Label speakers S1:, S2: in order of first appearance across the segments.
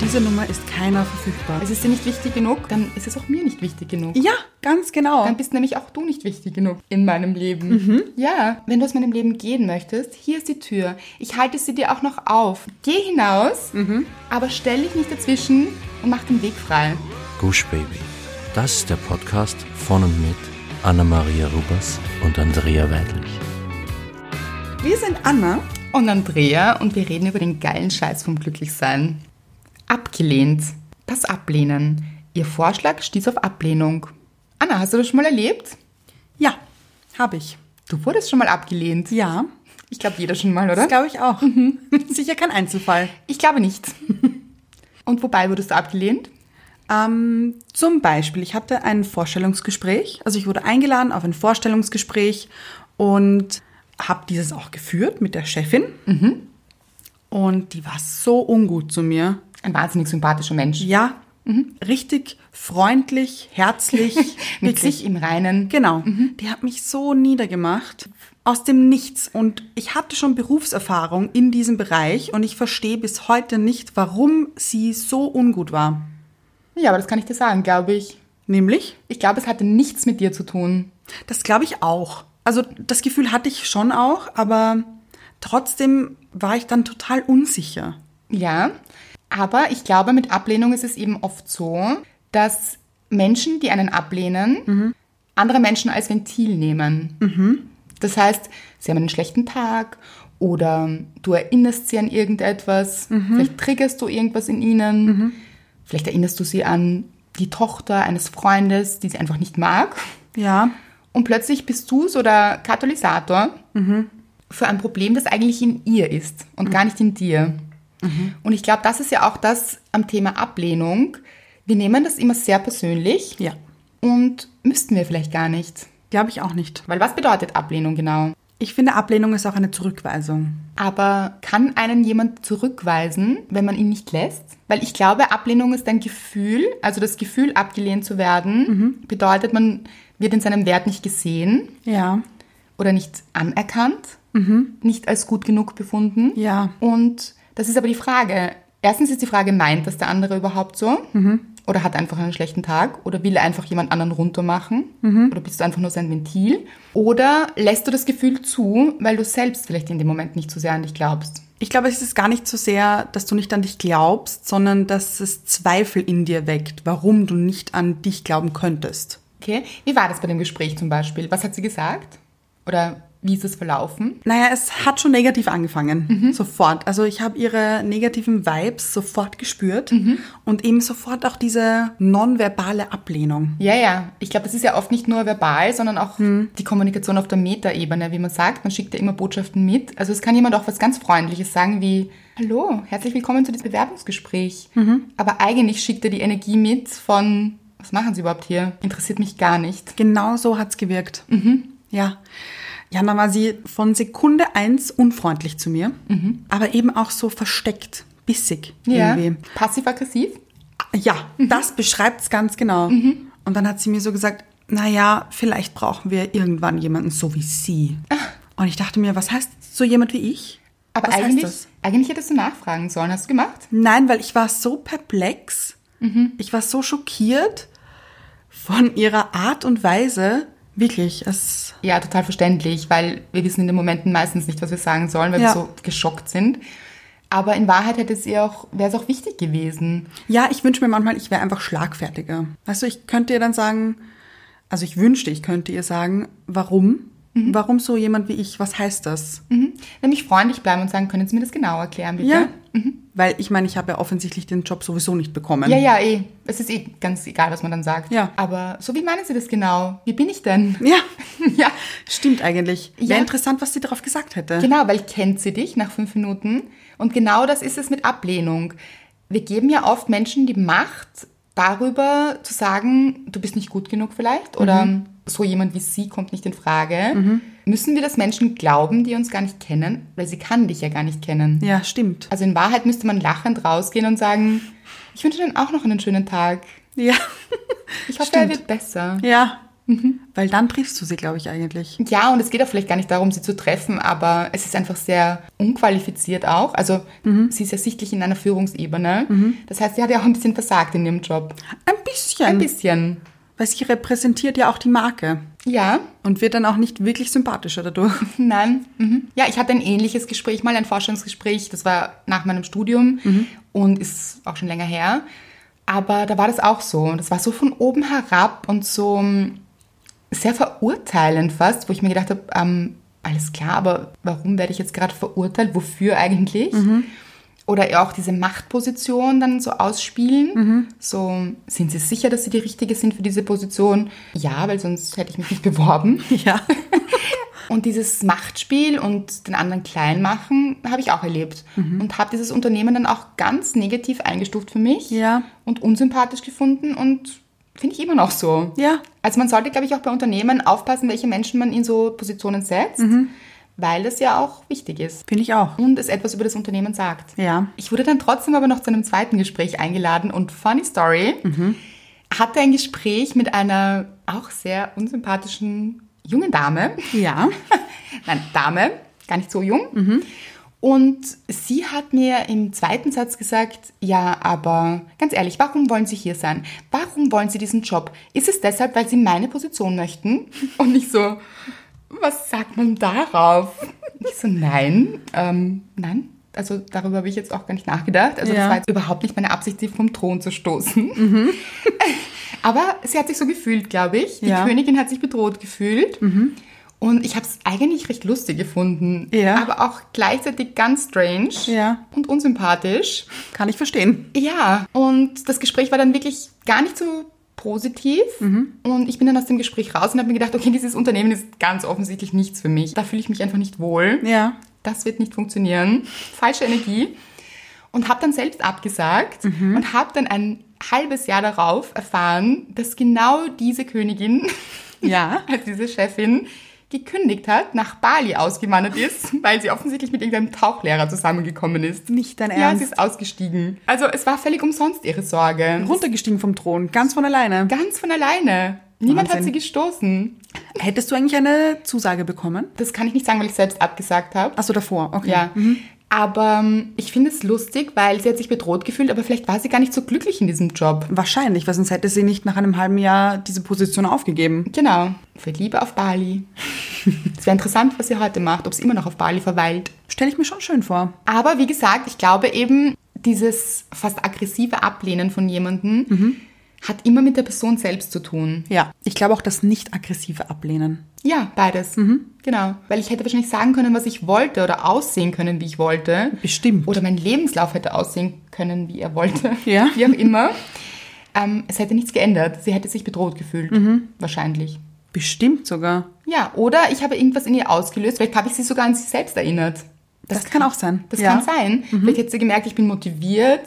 S1: dieser Nummer ist keiner verfügbar.
S2: Es ist dir nicht wichtig genug, dann ist es auch mir nicht wichtig genug.
S1: Ja, ganz genau.
S2: Dann bist nämlich auch du nicht wichtig genug in meinem Leben.
S1: Mhm.
S2: Ja, wenn du aus meinem Leben gehen möchtest, hier ist die Tür. Ich halte sie dir auch noch auf. Geh hinaus,
S1: Mhm.
S2: aber stell dich nicht dazwischen und mach den Weg frei.
S3: Gush Baby. Das ist der Podcast von und mit Anna-Maria Rubers und Andrea Weidlich.
S1: Wir sind Anna.
S2: Und Andrea und wir reden über den geilen Scheiß vom Glücklichsein. Abgelehnt. Das Ablehnen. Ihr Vorschlag stieß auf Ablehnung. Anna, hast du das schon mal erlebt?
S1: Ja, habe ich.
S2: Du wurdest schon mal abgelehnt.
S1: Ja,
S2: Ich glaube, jeder schon mal,
S1: das
S2: oder?
S1: glaube ich auch. Sicher kein Einzelfall.
S2: Ich glaube nicht. Und wobei wurdest du abgelehnt?
S1: Ähm, zum Beispiel, ich hatte ein Vorstellungsgespräch. Also ich wurde eingeladen auf ein Vorstellungsgespräch und habe dieses auch geführt mit der Chefin. Mhm. Und die war so ungut zu mir.
S2: Ein wahnsinnig sympathischer Mensch.
S1: Ja, Mhm. richtig freundlich, herzlich,
S2: Mit sich im Reinen.
S1: Genau. Die hat mich so niedergemacht aus dem Nichts. Und ich hatte schon Berufserfahrung in diesem Bereich und ich verstehe bis heute nicht, warum sie so ungut war.
S2: Ja, aber das kann ich dir sagen, glaube ich.
S1: Nämlich,
S2: Ich glaube, es hatte nichts mit dir zu tun.
S1: das glaube ich auch. Also das Gefühl hatte ich schon auch, aber trotzdem war ich dann total unsicher.
S2: Ja, aber ich glaube, mit Ablehnung ist es eben oft so, dass Menschen, die einen ablehnen, andere Menschen als Ventil nehmen. Das heißt, sie haben einen schlechten Tag oder du erinnerst sie an irgendetwas, vielleicht triggerst du irgendwas in ihnen, vielleicht erinnerst du sie an die Tochter eines Freundes, die sie einfach nicht mag.
S1: Ja,
S2: Und plötzlich bist du's oder Katalysator für ein Problem, das eigentlich in ihr ist und gar nicht in dir. Und ich glaube, das ist ja auch das am Thema Ablehnung. Wir nehmen das immer sehr persönlich
S1: ja.
S2: und müssten wir vielleicht gar nicht.
S1: Glaube ich auch nicht.
S2: Weil was bedeutet Ablehnung genau?
S1: Ich finde, Ablehnung ist auch eine Zurückweisung.
S2: Aber kann einen jemand zurückweisen, wenn man ihn nicht lässt? Weil ich glaube, Ablehnung ist ein Gefühl, also das Gefühl, abgelehnt zu werden, bedeutet, man wird in seinem Wert nicht gesehen
S1: Ja.
S2: oder nicht anerkannt, nicht als gut genug befunden.
S1: Ja.
S2: Und das ist aber die Frage. Erstens ist die Frage, meint das der andere überhaupt so? Oder hat einfach einen schlechten Tag? Oder will er einfach jemand anderen runtermachen? Oder bist du einfach nur sein Ventil? Oder lässt du das Gefühl zu, weil du selbst vielleicht in dem Moment nicht so sehr an dich glaubst?
S1: Ich glaube, es ist gar nicht so sehr, dass du nicht an dich glaubst, sondern dass es Zweifel in dir weckt, warum du nicht an dich glauben könntest.
S2: Okay. Wie war das bei dem Gespräch zum Beispiel? Was hat sie gesagt? Oder wie ist es verlaufen?
S1: Naja, es hat schon negativ angefangen, sofort. Also ich habe ihre negativen Vibes sofort gespürt und eben sofort auch diese nonverbale Ablehnung.
S2: Ja, ja. Ich glaube, das ist ja oft nicht nur verbal, sondern auch
S1: Hm.
S2: die Kommunikation auf der Metaebene, wie man sagt. Man schickt ja immer Botschaften mit. Also es kann jemand auch was ganz Freundliches sagen wie, hallo, herzlich willkommen zu diesem Bewerbungsgespräch.
S1: Mhm.
S2: Aber eigentlich schickt er die Energie mit von, was machen Sie überhaupt hier? Interessiert mich gar nicht.
S1: Genau so hat's gewirkt. Ja. Ja, dann war sie von Sekunde eins unfreundlich zu mir, aber eben auch so versteckt, bissig
S2: Ja.
S1: irgendwie.
S2: Passiv-aggressiv?
S1: Ja,
S2: Mhm.
S1: das beschreibt's ganz genau. Und dann hat sie mir so gesagt, naja, vielleicht brauchen wir irgendwann jemanden so wie sie. Und ich dachte mir, was heißt so jemand wie ich?
S2: Ah. Aber
S1: was heißt
S2: eigentlich,
S1: das?
S2: eigentlich hättest du nachfragen sollen. Hast du gemacht?
S1: Nein, weil ich war so perplex,
S2: Mhm.
S1: ich war so schockiert von ihrer Art und Weise. Wirklich, es,
S2: Ja, total verständlich, weil wir wissen in den Momenten meistens nicht, was wir sagen sollen, weil
S1: Ja.
S2: wir so geschockt sind. Aber in Wahrheit hätte es ihr auch, wäre es auch wichtig gewesen.
S1: ja, ich wünsche mir manchmal, ich wäre einfach schlagfertiger. Weißt du, ich könnte ihr dann sagen, also ich wünschte, ich könnte ihr sagen, warum? Warum so jemand wie ich? Was heißt das?
S2: Mhm. Nämlich freundlich bleiben und sagen, können Sie mir das genau erklären, bitte?
S1: Ja. Weil ich meine, ich habe ja offensichtlich den Job sowieso nicht bekommen.
S2: Mhm. Ja, ja, eh. Es ist eh ganz egal, was man dann sagt.
S1: Ja.
S2: Aber so, wie meinen Sie das genau? Wie bin ich denn?
S1: Ja,
S2: ja.
S1: stimmt eigentlich.
S2: Ja.
S1: Wäre interessant, was sie darauf gesagt hätte.
S2: Genau, weil kennt sie dich nach fünf Minuten. Und genau das ist es mit Ablehnung. Wir geben ja oft Menschen die Macht, darüber zu sagen, du bist nicht gut genug vielleicht oder
S1: Mhm.
S2: so jemand wie sie kommt nicht in Frage. Müssen wir das Menschen glauben, die uns gar nicht kennen, weil sie kann dich ja gar nicht kennen.
S1: Ja, stimmt.
S2: Also in Wahrheit müsste man lachend rausgehen und sagen, ich wünsche Ihnen auch noch einen schönen Tag.
S1: Ja.
S2: Ich hoffe, er
S1: Stimmt.
S2: wird besser.
S1: Ja.
S2: Mhm.
S1: Weil dann triffst du sie, glaube ich, eigentlich.
S2: Ja, und es geht auch vielleicht gar nicht darum, sie zu treffen, aber es ist einfach sehr unqualifiziert auch. Also sie ist ja sichtlich in einer Führungsebene. Das heißt, sie hat ja auch ein bisschen versagt in ihrem Job.
S1: Ein bisschen.
S2: Ein bisschen.
S1: Weil sie repräsentiert ja auch die Marke
S2: Ja,
S1: und wird dann auch nicht wirklich sympathischer dadurch.
S2: Nein. Mhm. Ja, ich hatte ein ähnliches Gespräch, mal ein Forschungsgespräch, das war nach meinem Studium und ist auch schon länger her. Aber da war das auch so. Das war so von oben herab und so mm, sehr verurteilend fast, wo ich mir gedacht habe, ähm, alles klar, aber warum werde ich jetzt gerade verurteilt? Wofür eigentlich? Oder ja auch diese Machtposition dann so ausspielen. So, sind Sie sicher, dass Sie die Richtige sind für diese Position? Ja, weil sonst hätte ich mich nicht beworben.
S1: Ja.
S2: Und dieses Machtspiel und den anderen klein machen habe ich auch erlebt.
S1: Mhm.
S2: Und habe dieses Unternehmen dann auch ganz negativ eingestuft für mich
S1: Ja.
S2: und unsympathisch gefunden und finde ich immer noch so.
S1: Ja.
S2: Also man sollte, glaube ich, auch bei Unternehmen aufpassen, welche Menschen man in so Positionen setzt,
S1: Mhm.
S2: weil das ja auch wichtig ist
S1: Finde ich auch.
S2: und es etwas über das Unternehmen sagt.
S1: Ja.
S2: Ich wurde dann trotzdem aber noch zu einem zweiten Gespräch eingeladen und funny story,
S1: Mhm.
S2: hatte ein Gespräch mit einer auch sehr unsympathischen jungen Dame.
S1: Ja.
S2: Nein, Dame, gar nicht so jung. Und sie hat mir im zweiten Satz gesagt, ja, aber ganz ehrlich, warum wollen Sie hier sein? Warum wollen Sie diesen Job? Ist es deshalb, weil Sie meine Position möchten? Und ich so, was sagt man darauf? Ich so, nein, ähm, nein. Also darüber habe ich jetzt auch gar nicht nachgedacht. Also
S1: Ja.
S2: das war jetzt überhaupt nicht meine Absicht, sie vom Thron zu stoßen. Aber sie hat sich so gefühlt, glaube ich. Die
S1: Ja. Mhm.
S2: Königin hat sich bedroht gefühlt. Und ich habe es eigentlich recht lustig gefunden,
S1: Ja.
S2: aber auch gleichzeitig ganz strange
S1: Ja.
S2: und unsympathisch.
S1: Kann ich verstehen.
S2: Ja, und das Gespräch war dann wirklich gar nicht so positiv.
S1: Mhm.
S2: Und ich bin dann aus dem Gespräch raus und habe mir gedacht, okay, dieses Unternehmen ist ganz offensichtlich nichts für mich. Da fühle ich mich einfach nicht wohl.
S1: Ja.
S2: Das wird nicht funktionieren. Falsche Energie. Und habe dann selbst abgesagt
S1: Mhm.
S2: und habe dann ein halbes Jahr darauf erfahren, dass genau diese Königin
S1: Ja.
S2: als diese Chefin gekündigt hat, nach Bali ausgewandert ist, weil sie offensichtlich mit irgendeinem Tauchlehrer zusammengekommen ist.
S1: Nicht dein
S2: Ja, sie
S1: Ernst.
S2: ist ausgestiegen. Also es war völlig umsonst ihre Sorge.
S1: Runtergestiegen vom Thron, ganz von alleine.
S2: Ganz von alleine. Niemand hat
S1: Wahnsinn.
S2: sie gestoßen.
S1: Hättest du eigentlich eine Zusage bekommen?
S2: Das kann ich nicht sagen, weil ich selbst abgesagt habe.
S1: Achso, davor, okay.
S2: Ja. Aber ähm, ich finde es lustig, weil sie hat sich bedroht gefühlt, aber vielleicht war sie gar nicht so glücklich in diesem Job.
S1: Wahrscheinlich, weil sonst hätte sie nicht nach einem halben Jahr diese Position aufgegeben.
S2: Genau. Für Liebe auf Bali. es wäre interessant, was sie heute macht, ob sie immer noch auf Bali verweilt.
S1: Stelle ich mir schon schön vor.
S2: Aber wie gesagt, ich glaube eben, dieses fast aggressive Ablehnen von jemandem hat immer mit der Person selbst zu tun.
S1: Ja. Ich glaube auch das nicht aggressive Ablehnen.
S2: Ja, beides. Genau. Weil ich hätte wahrscheinlich sagen können, was ich wollte oder aussehen können, wie ich wollte.
S1: Bestimmt.
S2: Oder mein Lebenslauf hätte aussehen können, wie er wollte.
S1: Ja.
S2: Wie auch immer. ähm, es hätte nichts geändert. Sie hätte sich bedroht gefühlt.
S1: Mhm.
S2: Wahrscheinlich.
S1: Bestimmt sogar.
S2: Ja, oder ich habe irgendwas in ihr ausgelöst. Vielleicht habe ich sie sogar an sich selbst erinnert.
S1: Das, kann auch sein.
S2: Das
S1: ja. Mhm.
S2: kann sein. Vielleicht hat sie gemerkt, ich bin motiviert,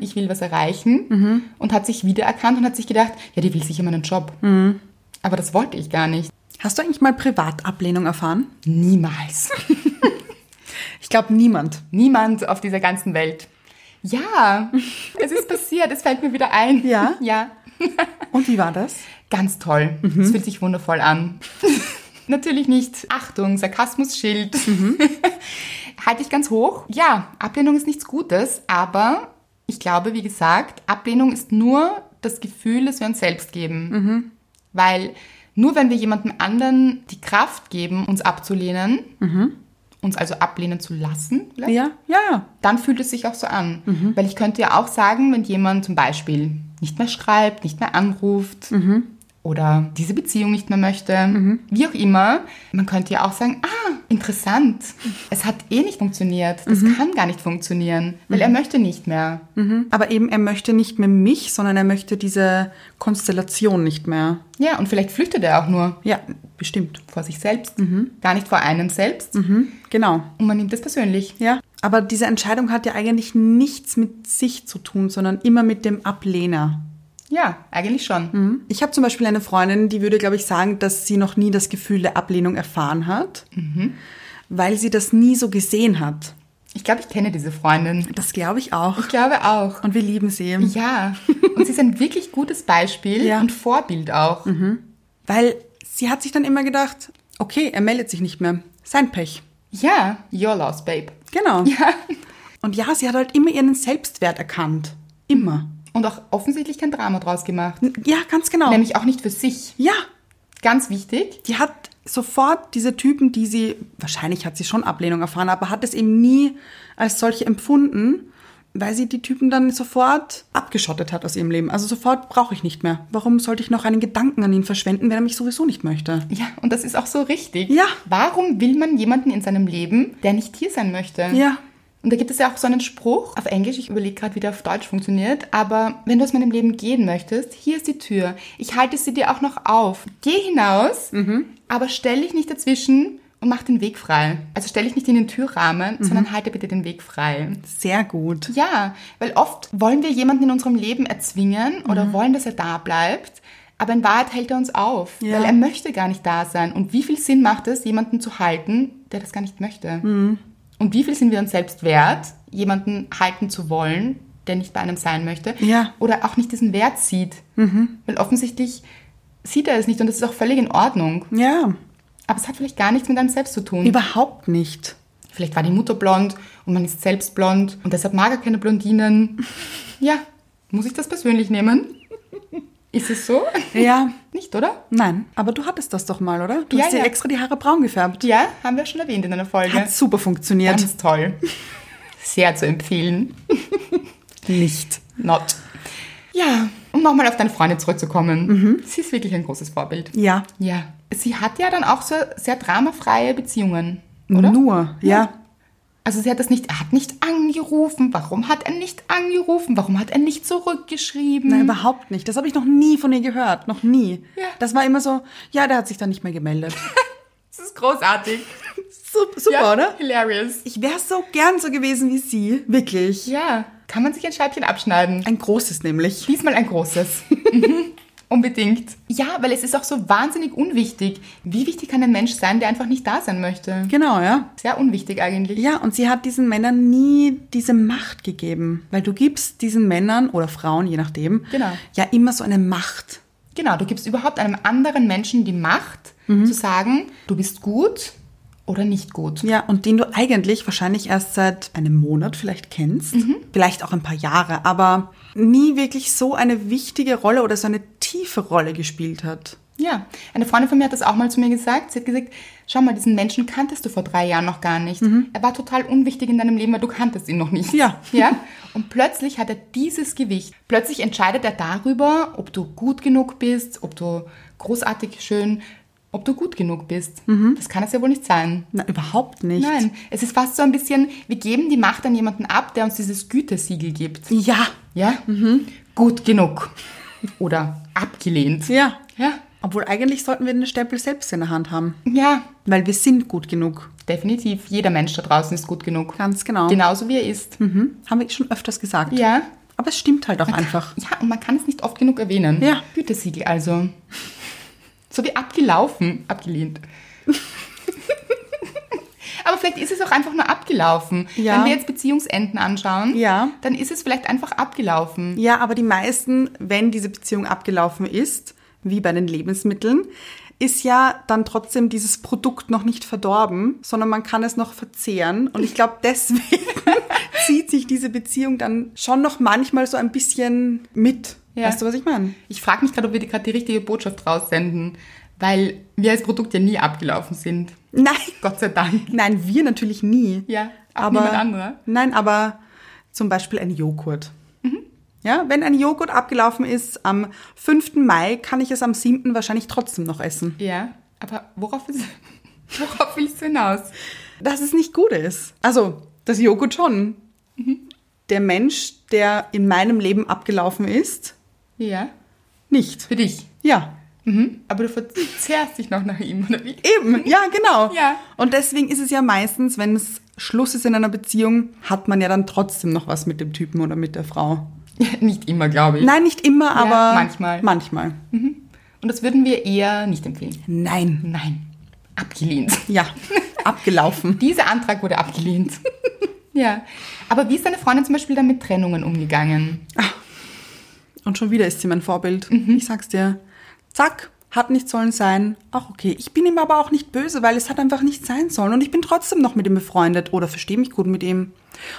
S2: ich will was erreichen
S1: Mhm.
S2: und hat sich wiedererkannt und hat sich gedacht, ja, die will sicher meinen Job.
S1: Mhm.
S2: Aber das wollte ich gar nicht.
S1: Hast du eigentlich mal Privatablehnung erfahren?
S2: Niemals.
S1: Ich glaube, niemand.
S2: Niemand auf dieser ganzen Welt. Ja, es ist passiert, es fällt mir wieder ein.
S1: Ja?
S2: Ja.
S1: Und wie war das?
S2: Ganz toll. Es fühlt sich wundervoll an. Natürlich nicht. Achtung, Sarkasmus-Schild. Halte ich ganz hoch. Ja, Ablehnung ist nichts Gutes, aber ich glaube, wie gesagt, Ablehnung ist nur das Gefühl, das wir uns selbst geben. Weil nur wenn wir jemandem anderen die Kraft geben, uns abzulehnen, uns also ablehnen zu lassen, vielleicht,
S1: Ja, ja, ja.
S2: dann fühlt es sich auch so an.
S1: Mhm.
S2: Weil ich könnte ja auch sagen, wenn jemand zum Beispiel nicht mehr schreibt, nicht mehr anruft
S1: Mhm.
S2: oder diese Beziehung nicht mehr möchte, wie auch immer, man könnte ja auch sagen, ah, interessant, es hat eh nicht funktioniert, das kann gar nicht funktionieren, weil er möchte nicht mehr.
S1: Mhm. Aber eben, er möchte nicht mehr mich, sondern er möchte diese Konstellation nicht mehr.
S2: Ja, und vielleicht flüchtet er auch nur
S1: Ja, bestimmt.
S2: vor sich selbst, gar nicht vor einem selbst
S1: Mhm. Genau.
S2: und man nimmt es persönlich.
S1: Ja. Aber diese Entscheidung hat ja eigentlich nichts mit sich zu tun, sondern immer mit dem Ablehner.
S2: Ja, eigentlich schon.
S1: Ich habe zum Beispiel eine Freundin, die würde, glaube ich, sagen, dass sie noch nie das Gefühl der Ablehnung erfahren hat, weil sie das nie so gesehen hat.
S2: Ich glaube, ich kenne diese Freundin.
S1: Das glaube ich auch.
S2: Ich glaube auch.
S1: Und wir lieben sie.
S2: Ja, und sie ist ein wirklich gutes Beispiel
S1: Ja. Mhm.
S2: und Vorbild auch.
S1: Weil sie hat sich dann immer gedacht, okay, er meldet sich nicht mehr. Sein Pech.
S2: Ja, your loss, babe.
S1: Genau.
S2: Ja.
S1: Und ja, sie hat halt immer ihren Selbstwert erkannt. Immer.
S2: Und auch offensichtlich kein Drama draus gemacht.
S1: Ja, ganz genau.
S2: Nämlich auch nicht für sich.
S1: ja,
S2: Ganz wichtig.
S1: die hat sofort diese Typen, die sie, wahrscheinlich hat sie schon Ablehnung erfahren, aber hat es eben nie als solche empfunden, weil sie die Typen dann sofort abgeschottet hat aus ihrem Leben. Also sofort brauche ich nicht mehr. Warum sollte ich noch einen Gedanken an ihn verschwenden, wenn er mich sowieso nicht möchte?
S2: Ja, und das ist auch so richtig.
S1: Ja.
S2: Warum will man jemanden in seinem Leben, der nicht hier sein möchte?
S1: Ja.
S2: Und da gibt es ja auch so einen Spruch auf Englisch, ich überlege gerade, wie der auf Deutsch funktioniert, aber wenn du aus meinem Leben gehen möchtest, hier ist die Tür. Ich halte sie dir auch noch auf. Geh hinaus, aber stell dich nicht dazwischen und mach den Weg frei. Also stell dich nicht in den Türrahmen, sondern halte bitte den Weg frei.
S1: Sehr gut.
S2: Ja, weil oft wollen wir jemanden in unserem Leben erzwingen oder
S1: Mhm.
S2: wollen, dass er da bleibt, aber in Wahrheit hält er uns auf,
S1: Ja.
S2: weil er möchte gar nicht da sein. Und wie viel Sinn macht es, jemanden zu halten, der das gar nicht möchte?
S1: Mhm.
S2: Und wie viel sind wir uns selbst wert, jemanden halten zu wollen, der nicht bei einem sein möchte
S1: Ja. Mhm.
S2: oder auch nicht diesen Wert sieht? Weil offensichtlich sieht er es nicht und das ist auch völlig in Ordnung.
S1: Ja,
S2: Aber es hat vielleicht gar nichts mit einem selbst zu tun.
S1: überhaupt nicht.
S2: Vielleicht war die Mutter blond und man ist selbst blond und deshalb mag er keine Blondinen. Ja, muss ich das persönlich nehmen? Ist es so?
S1: Ja,
S2: Nicht, oder?
S1: nein. Aber du hattest das doch mal, oder? Du
S2: Ja,
S1: hast dir
S2: ja.
S1: extra die Haare braun gefärbt.
S2: Ja, haben wir schon erwähnt in einer Folge.
S1: Hat super funktioniert.
S2: Ganz toll. Sehr zu empfehlen.
S1: nicht.
S2: Not. Ja, um nochmal auf deine Freundin zurückzukommen. Sie ist wirklich ein großes Vorbild.
S1: Ja.
S2: Ja. Sie hat ja dann auch so sehr dramafreie Beziehungen, oder?
S1: Nur, ja.
S2: Also sie hat das nicht, er hat nicht angerufen. Warum hat er nicht angerufen? Warum hat er nicht zurückgeschrieben?
S1: Nein, überhaupt nicht. Das habe ich noch nie von ihr gehört. Noch nie.
S2: Ja.
S1: Das war immer so, ja, der hat sich dann nicht mehr gemeldet.
S2: Das ist großartig.
S1: Sup- Super,
S2: ja,
S1: oder?
S2: Hilarious.
S1: Ich wäre so gern so gewesen wie sie. Wirklich.
S2: Ja, kann man sich ein Scheibchen abschneiden.
S1: Ein großes nämlich.
S2: Diesmal ein großes. Mhm. Unbedingt. Ja, weil es ist auch so wahnsinnig unwichtig. Wie wichtig kann ein Mensch sein, der einfach nicht da sein möchte?
S1: Genau, ja.
S2: Sehr unwichtig eigentlich.
S1: Ja, und sie hat diesen Männern nie diese Macht gegeben. Weil du gibst diesen Männern oder Frauen, je nachdem,
S2: Genau.
S1: ja immer so eine Macht.
S2: Genau, du gibst überhaupt einem anderen Menschen die Macht, zu sagen, du bist gut oder nicht gut.
S1: Ja, und den du eigentlich wahrscheinlich erst seit einem Monat vielleicht kennst, vielleicht auch ein paar Jahre, aber nie wirklich so eine wichtige Rolle oder so eine tiefe Rolle gespielt hat.
S2: Ja, eine Freundin von mir hat das auch mal zu mir gesagt. Sie hat gesagt, schau mal, diesen Menschen kanntest du vor drei Jahren noch gar nicht. Er war total unwichtig in deinem Leben, weil du kanntest ihn noch nicht.
S1: Mhm. Ja.
S2: ja. Und plötzlich hat er dieses Gewicht. Plötzlich entscheidet er darüber, ob du gut genug bist, ob du großartig schön, ob du gut genug bist. Das kann es ja wohl nicht sein.
S1: Na, überhaupt Mhm. nicht.
S2: Nein, es ist fast so ein bisschen, wir geben die Macht an jemanden ab, der uns dieses Gütesiegel gibt.
S1: Ja,
S2: Ja?
S1: Mhm.
S2: Gut genug. Oder abgelehnt.
S1: ja.
S2: Ja.
S1: Obwohl eigentlich sollten wir den Stempel selbst in der Hand haben,
S2: Ja,
S1: weil wir sind gut genug.
S2: Definitiv. Jeder Mensch da draußen ist gut genug.
S1: Ganz genau.
S2: Genauso wie er ist.
S1: Mhm. Haben wir schon öfters gesagt.
S2: Ja.
S1: Aber es stimmt halt auch einfach.
S2: Ja, und man kann es nicht oft genug erwähnen.
S1: Ja.
S2: Gütesiegel also. So wie abgelaufen. Abgelehnt. Aber vielleicht ist es auch einfach nur abgelaufen.
S1: Ja.
S2: Wenn wir jetzt Beziehungsenden anschauen,
S1: Ja.
S2: dann ist es vielleicht einfach abgelaufen.
S1: Ja, aber die meisten, wenn diese Beziehung abgelaufen ist, wie bei den Lebensmitteln, ist ja dann trotzdem dieses Produkt noch nicht verdorben, sondern man kann es noch verzehren. Und ich glaube, deswegen zieht sich diese Beziehung dann schon noch manchmal so ein bisschen mit.
S2: Ja.
S1: Weißt du, was ich meine?
S2: Ich frage mich gerade, ob wir die- gerade die richtige Botschaft raussenden, weil wir als Produkt ja nie abgelaufen sind.
S1: Nein.
S2: Gott sei Dank.
S1: Nein, wir natürlich nie.
S2: Ja, auch niemand anderer.
S1: Nein, aber zum Beispiel ein Joghurt.
S2: Mhm.
S1: Ja, wenn ein Joghurt abgelaufen ist am 5. Mai, kann ich es am 7. wahrscheinlich trotzdem noch essen.
S2: Ja, aber worauf, ist, worauf willst du hinaus?
S1: dass es nicht gut ist. Also, das Joghurt schon.
S2: Mhm.
S1: Der Mensch, der in meinem Leben abgelaufen ist,
S2: Ja.
S1: nicht.
S2: Für dich.
S1: Ja, Mhm.
S2: Aber du verzehrst dich noch nach ihm, oder wie?
S1: eben, ja, genau.
S2: Mhm. Ja.
S1: Und deswegen ist es ja meistens, wenn es Schluss ist in einer Beziehung, hat man ja dann trotzdem noch was mit dem Typen oder mit der Frau.
S2: Nicht immer, glaube ich.
S1: Nein, nicht immer, aber
S2: manchmal.
S1: Manchmal.
S2: Und das würden wir eher nicht empfehlen.
S1: Nein.
S2: Nein. Abgelehnt.
S1: Ja, abgelaufen.
S2: Dieser Antrag wurde abgelehnt. ja. Aber wie ist deine Freundin zum Beispiel dann mit Trennungen umgegangen? Mhm.
S1: Und schon wieder ist sie mein Vorbild. Ich sag's dir. Zack, hat nicht sollen sein, auch okay. Ich bin ihm aber auch nicht böse, weil es hat einfach nicht sein sollen und ich bin trotzdem noch mit ihm befreundet oder verstehe mich gut mit ihm.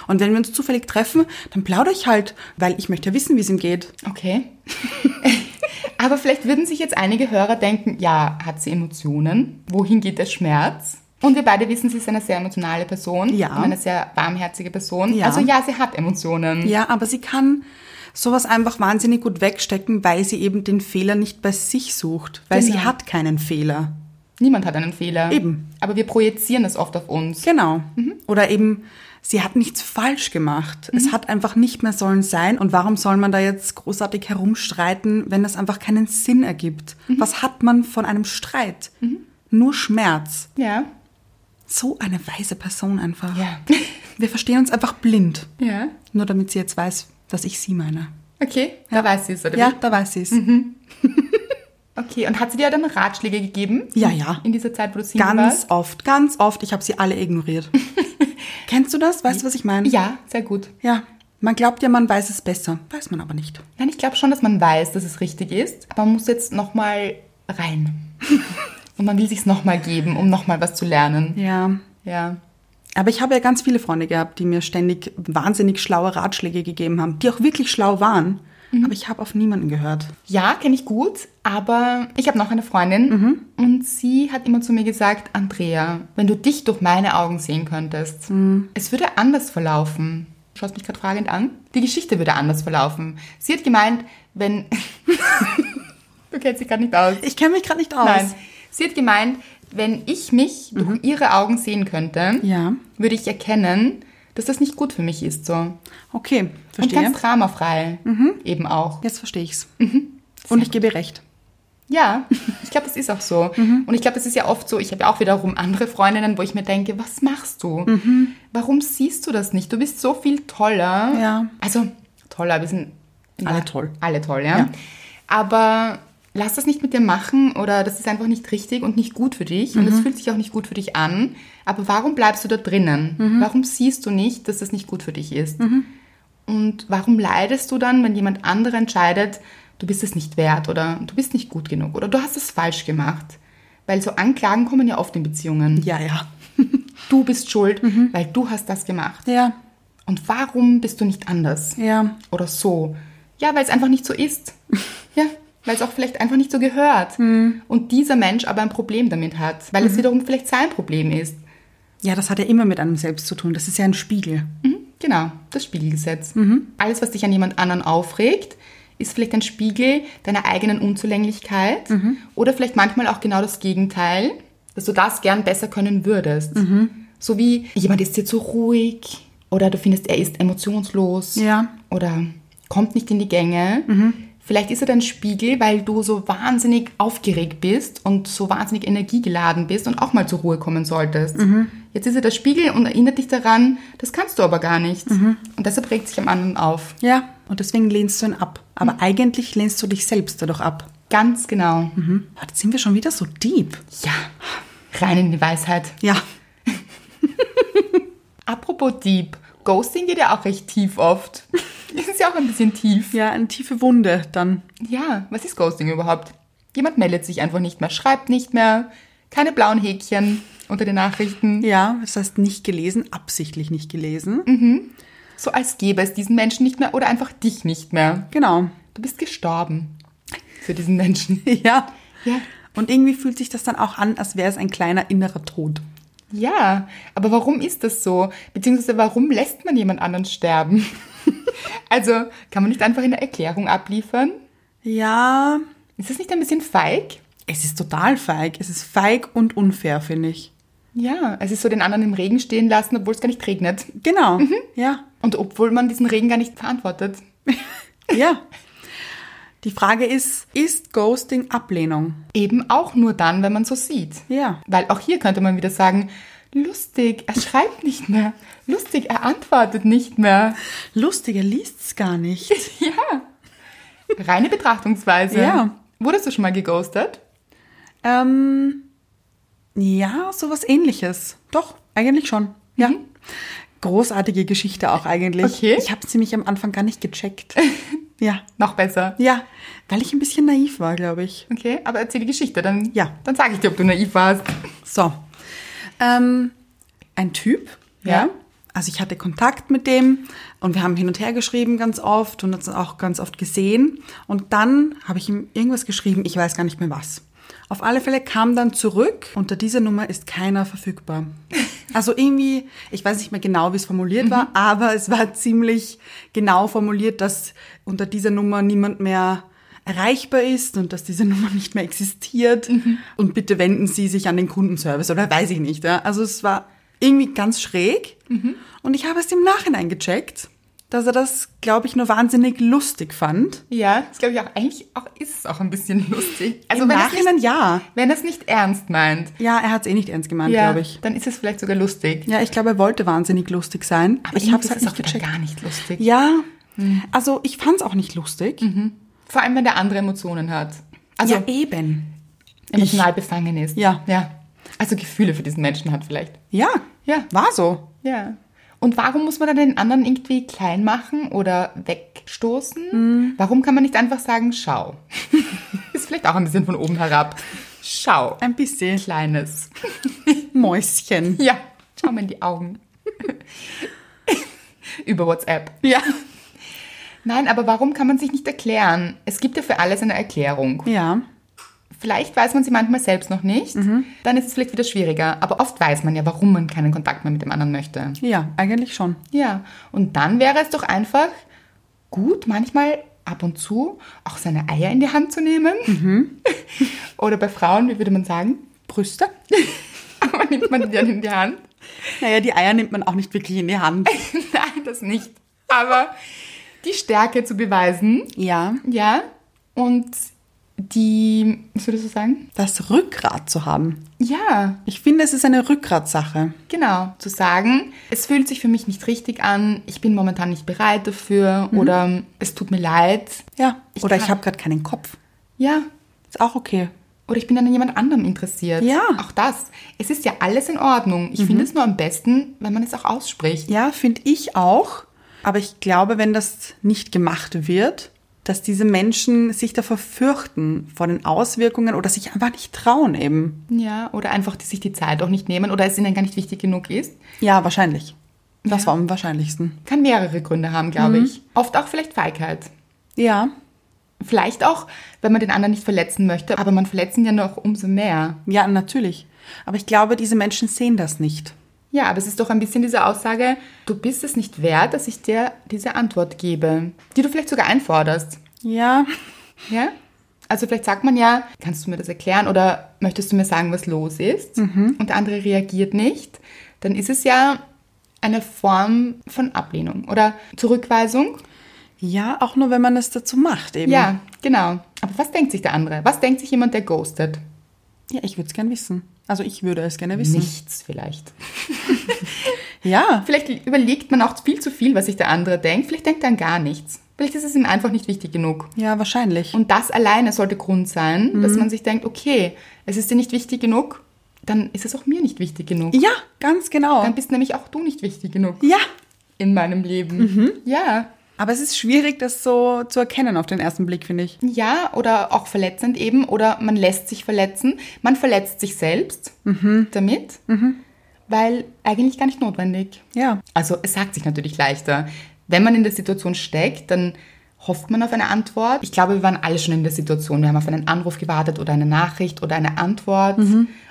S1: Und wenn wir uns zufällig treffen, dann plaudere ich halt, weil ich möchte ja wissen, wie es ihm geht.
S2: Okay. Aber vielleicht würden sich jetzt einige Hörer denken, ja, hat sie Emotionen? Wohin geht der Schmerz? Und wir beide wissen, sie ist eine sehr emotionale Person
S1: Ja.
S2: und eine sehr warmherzige Person.
S1: Ja.
S2: Also ja, sie hat Emotionen.
S1: Ja, aber sie kann sowas einfach wahnsinnig gut wegstecken, weil sie eben den Fehler nicht bei sich sucht, weil sie
S2: Genau.
S1: hat keinen Fehler.
S2: Niemand hat einen Fehler.
S1: Eben.
S2: Aber wir projizieren das oft auf uns.
S1: Genau.
S2: Mhm.
S1: Oder eben, sie hat nichts falsch gemacht. Es hat einfach nicht mehr sollen sein. Und warum soll man da jetzt großartig herumstreiten, wenn das einfach keinen Sinn ergibt?
S2: Mhm.
S1: Was hat man von einem Streit? Nur Schmerz.
S2: Ja.
S1: So eine weise Person einfach.
S2: Ja.
S1: Wir verstehen uns einfach blind.
S2: Ja.
S1: Nur damit sie jetzt weiß, dass ich sie meine.
S2: Okay, da weiß sie es, oder
S1: Ja,
S2: wie? Mhm.
S1: da weiß sie es.
S2: Okay, und hat sie dir dann Ratschläge gegeben?
S1: Ja, ja.
S2: In dieser Zeit, wo du sie
S1: Ganz
S2: warst?
S1: oft, ganz oft. Ich habe sie alle ignoriert. Kennst du das? Weißt du, was ich meine?
S2: Ja, sehr gut.
S1: Ja. Man glaubt ja, man weiß es besser. Weiß man aber nicht.
S2: Nein, ich glaube schon, dass man weiß, dass es richtig ist, aber man muss jetzt nochmal rein. Und man will sich's nochmal geben, um nochmal was zu lernen.
S1: Ja.
S2: Ja.
S1: Aber ich habe ja ganz viele Freunde gehabt, die mir ständig wahnsinnig schlaue Ratschläge gegeben haben, die auch wirklich schlau waren. Aber ich habe auf niemanden gehört.
S2: Ja, kenne ich gut, aber ich habe noch eine Freundin
S1: Mhm.
S2: und sie hat immer zu mir gesagt, Andrea, wenn du dich durch meine Augen sehen könntest,
S1: Mhm.
S2: es würde anders verlaufen. Du Schaust mich gerade fragend an. Die Geschichte würde anders verlaufen. Sie hat gemeint, wenn... du kennst dich gerade nicht aus.
S1: Ich kenne mich gerade nicht aus.
S2: Nein. Sie hat gemeint, wenn ich mich durch ihre Augen sehen könnte,
S1: Mhm. Ja.
S2: würde ich erkennen, dass das nicht gut für mich ist so.
S1: Okay,
S2: Und
S1: verstehe. Mhm.
S2: ganz dramafrei eben auch.
S1: Jetzt verstehe ich's. Und ich gebe ihr recht.
S2: Ja, ich glaube, das ist auch so.
S1: Mhm.
S2: Und ich glaube, das ist ja oft so, ich habe ja auch wiederum andere Freundinnen, wo ich mir denke, was machst du?
S1: Mhm.
S2: Warum siehst du das nicht? Du bist so viel toller.
S1: Ja.
S2: Also, toller, wir sind
S1: Alle toll.
S2: Alle toll, ja.
S1: Ja.
S2: Aber lass das nicht mit dir machen oder das ist einfach nicht richtig und nicht gut für dich und
S1: Mhm.
S2: es fühlt sich auch nicht gut für dich an. Aber warum bleibst du da drinnen?
S1: Mhm.
S2: Warum siehst du nicht, dass das nicht gut für dich ist? Und warum leidest du dann, wenn jemand anderer entscheidet, du bist es nicht wert oder du bist nicht gut genug oder du hast es falsch gemacht? Weil so Anklagen kommen ja oft in Beziehungen.
S1: Ja, ja.
S2: Du bist schuld, weil du hast das gemacht.
S1: Ja,
S2: Und warum bist du nicht anders?
S1: ja.
S2: oder so. Ja, weil es einfach nicht so ist. Ja, weil es auch vielleicht einfach nicht so gehört.
S1: Mhm.
S2: Und dieser Mensch aber ein Problem damit hat, weil es wiederum vielleicht sein Problem ist.
S1: Ja, das hat ja immer mit einem selbst zu tun. Das ist ja ein Spiegel.
S2: Mhm, genau, das Spiegelgesetz. Alles, was dich an jemand anderen aufregt, ist vielleicht ein Spiegel deiner eigenen Unzulänglichkeit oder vielleicht manchmal auch genau das Gegenteil, dass du das gern besser können würdest. So wie jemand ist dir zu ruhig oder du findest, er ist emotionslos
S1: Ja.
S2: oder kommt nicht in die Gänge. Vielleicht ist er dein Spiegel, weil du so wahnsinnig aufgeregt bist und so wahnsinnig energiegeladen bist und auch mal zur Ruhe kommen solltest. Jetzt ist er der Spiegel und erinnert dich daran, das kannst du aber gar nicht. Und deshalb regt sich am anderen auf.
S1: Ja. Und deswegen lehnst du ihn ab. Aber eigentlich lehnst du dich selbst dadurch ab.
S2: Ganz genau.
S1: Mhm. Boah, Jetzt sind wir schon wieder so deep.
S2: Ja, rein in die Weisheit.
S1: Ja.
S2: Apropos Deep, Ghosting geht ja auch recht tief oft. ist ja auch ein bisschen tief.
S1: Ja, eine tiefe Wunde dann.
S2: Ja, was ist Ghosting überhaupt? Jemand meldet sich einfach nicht mehr, schreibt nicht mehr, keine blauen Häkchen unter den Nachrichten.
S1: Ja, das heißt nicht gelesen, absichtlich nicht gelesen.
S2: So als gäbe es diesen Menschen nicht mehr oder einfach dich nicht mehr.
S1: Genau.
S2: Du bist gestorben für diesen Menschen.
S1: Ja.
S2: Ja.
S1: Und irgendwie fühlt sich das dann auch an, als wäre es ein kleiner innerer Tod.
S2: Ja, aber warum ist das so? Beziehungsweise warum lässt man jemand anderen sterben? also kann man nicht einfach eine Erklärung abliefern?
S1: Ja,
S2: Ist das nicht ein bisschen feig?
S1: es ist total feig. Es ist feig und unfair, finde ich.
S2: Ja, es ist so den anderen im Regen stehen lassen, obwohl es gar nicht regnet.
S1: Genau. Ja,
S2: Und obwohl man diesen Regen gar nicht verantwortet.
S1: ja. Die Frage ist, ist Ghosting Ablehnung?
S2: Eben auch nur dann, wenn man so sieht.
S1: Ja.
S2: Weil auch hier könnte man wieder sagen, lustig, er schreibt nicht mehr. Lustig, er antwortet nicht mehr.
S1: Lustig, er liest's gar nicht.
S2: Ja. Reine Betrachtungsweise.
S1: Ja.
S2: Wurdest du schon mal geghostet?
S1: ähm, ja, sowas ähnliches. Doch, eigentlich schon. Ja. Großartige Geschichte auch eigentlich.
S2: Okay.
S1: Ich habe sie mich am Anfang gar nicht gecheckt. Ja.
S2: Noch besser.
S1: Ja. Weil ich ein bisschen naiv war, glaube ich.
S2: Okay, aber erzähl die Geschichte, dann,
S1: Ja.
S2: dann sage ich dir, ob du naiv warst.
S1: So. Ähm, ein Typ, ja.
S2: Ja.
S1: Also ich hatte Kontakt mit dem und wir haben hin und her geschrieben ganz oft und uns auch ganz oft gesehen. Und dann habe ich ihm irgendwas geschrieben, ich weiß gar nicht mehr was. Auf alle Fälle kam dann zurück, unter dieser Nummer ist keiner verfügbar. Also irgendwie, ich weiß nicht mehr genau, wie es formuliert war, aber es war ziemlich genau formuliert, dass unter dieser Nummer niemand mehr erreichbar ist und dass diese Nummer nicht mehr existiert.
S2: Mhm.
S1: Und bitte wenden Sie sich an den Kundenservice oder weiß ich nicht. Ja? Also es war irgendwie ganz schräg.
S2: Mhm.
S1: Und ich habe es im Nachhinein gecheckt, dass er das, glaube ich, nur wahnsinnig lustig fand.
S2: Ja, das glaube ich auch. Eigentlich auch, ist es auch ein bisschen lustig. Also
S1: Im
S2: wenn es
S1: Nachhinein
S2: nicht,
S1: ja.
S2: wenn es nicht ernst meint,
S1: Ja, er hat es eh nicht ernst gemeint,
S2: ja,
S1: glaube ich.
S2: dann ist es vielleicht sogar lustig.
S1: Ja, ich glaube, er wollte wahnsinnig lustig sein.
S2: Aber
S1: ich habe
S2: irgendwie
S1: es halt
S2: ist
S1: nicht
S2: auch wieder
S1: gecheckt.
S2: gar nicht lustig. Mhm.
S1: Ja, also ich fand es auch nicht lustig.
S2: Vor allem, wenn der andere Emotionen hat. Also
S1: eben.
S2: emotional befangen ist.
S1: Ja.
S2: ja. Also Gefühle für diesen Menschen hat vielleicht.
S1: Ja,
S2: Ja.
S1: war so.
S2: Ja. Und warum muss man dann den anderen irgendwie klein machen oder wegstoßen?
S1: Mhm.
S2: Warum kann man nicht einfach sagen, schau? ist vielleicht auch ein bisschen von oben herab. Schau.
S1: Ein bisschen
S2: Kleines.
S1: Mäuschen.
S2: Ja, schau mir in die Augen. Über WhatsApp.
S1: Ja.
S2: Nein, aber warum kann man sich nicht erklären? Es gibt ja für alles eine Erklärung.
S1: Ja,
S2: Vielleicht weiß man sie manchmal selbst noch nicht, dann ist es vielleicht wieder schwieriger. Aber oft weiß man ja, warum man keinen Kontakt mehr mit dem anderen möchte.
S1: ja, eigentlich schon.
S2: Ja, und dann wäre es doch einfach gut, manchmal ab und zu auch seine Eier in die Hand zu nehmen. Oder bei Frauen, wie würde man sagen?
S1: Brüste?
S2: Aber nimmt man die dann in die Hand?
S1: Naja, die Eier nimmt man auch nicht wirklich in die Hand.
S2: Nein, das nicht. Aber die Stärke zu beweisen,
S1: Ja.
S2: ja, und die, was würdest du sagen?
S1: Das Rückgrat zu haben.
S2: Ja,
S1: Ich finde, es ist eine Rückgratsache.
S2: Genau, zu sagen, es fühlt sich für mich nicht richtig an, ich bin momentan nicht bereit dafür oder es tut mir leid.
S1: Ja.
S2: Ich
S1: Oder ich
S2: kann-
S1: habe gerade keinen Kopf.
S2: Ja,
S1: Ist auch okay.
S2: oder ich bin an jemand anderem interessiert.
S1: Ja.
S2: Auch das. Es ist ja alles in Ordnung. Ich finde es nur am besten, wenn man es auch ausspricht.
S1: Ja, finde ich auch. Aber ich glaube, wenn das nicht gemacht wird, dass diese Menschen sich davor fürchten, vor den Auswirkungen oder sich einfach nicht trauen eben.
S2: Ja, oder einfach die, sich die Zeit auch nicht nehmen oder es ihnen gar nicht wichtig genug ist.
S1: Ja, wahrscheinlich. Das
S2: Ja.
S1: war am wahrscheinlichsten.
S2: Kann mehrere Gründe haben, glaube ich. Oft auch vielleicht Feigheit.
S1: Ja.
S2: Vielleicht auch, wenn man den anderen nicht verletzen möchte, aber man verletzt ihn ja noch umso mehr.
S1: Ja, natürlich. Aber ich glaube, diese Menschen sehen das nicht.
S2: Ja, aber es ist doch ein bisschen diese Aussage, du bist es nicht wert, dass ich dir diese Antwort gebe, die du vielleicht sogar einforderst.
S1: Ja.
S2: Ja? Also vielleicht sagt man ja, kannst du mir das erklären oder möchtest du mir sagen, was los ist? Und der andere reagiert nicht, dann ist es ja eine Form von Ablehnung oder Zurückweisung.
S1: Ja, auch nur, wenn man es dazu macht eben.
S2: Ja, genau. Aber was denkt sich der andere? Was denkt sich jemand, der ghostet?
S1: Ja, ich würde es gern wissen. Also ich würde es gerne wissen.
S2: Nichts vielleicht.
S1: Ja.
S2: Vielleicht überlegt man auch viel zu viel, was sich der andere denkt. Vielleicht denkt er an gar nichts. Vielleicht ist es ihm einfach nicht wichtig genug.
S1: Ja, wahrscheinlich.
S2: Und das alleine sollte Grund sein,
S1: Mhm.
S2: dass man sich denkt, okay, es ist dir nicht wichtig genug, dann ist es auch mir nicht wichtig genug.
S1: ja, ganz genau.
S2: Dann bist nämlich auch du nicht wichtig genug
S1: ja. Mhm.
S2: in meinem Leben. Ja.
S1: Aber es ist schwierig, das so zu erkennen auf den ersten Blick, finde ich.
S2: Ja, oder auch verletzend eben, oder man lässt sich verletzen. Man verletzt sich selbst
S1: Mhm.
S2: damit, weil eigentlich gar nicht notwendig.
S1: Ja.
S2: Also es sagt sich natürlich leichter. Wenn man in der Situation steckt, dann hofft man auf eine Antwort. Ich glaube, wir waren alle schon in der Situation. Wir haben auf einen Anruf gewartet oder eine Nachricht oder eine Antwort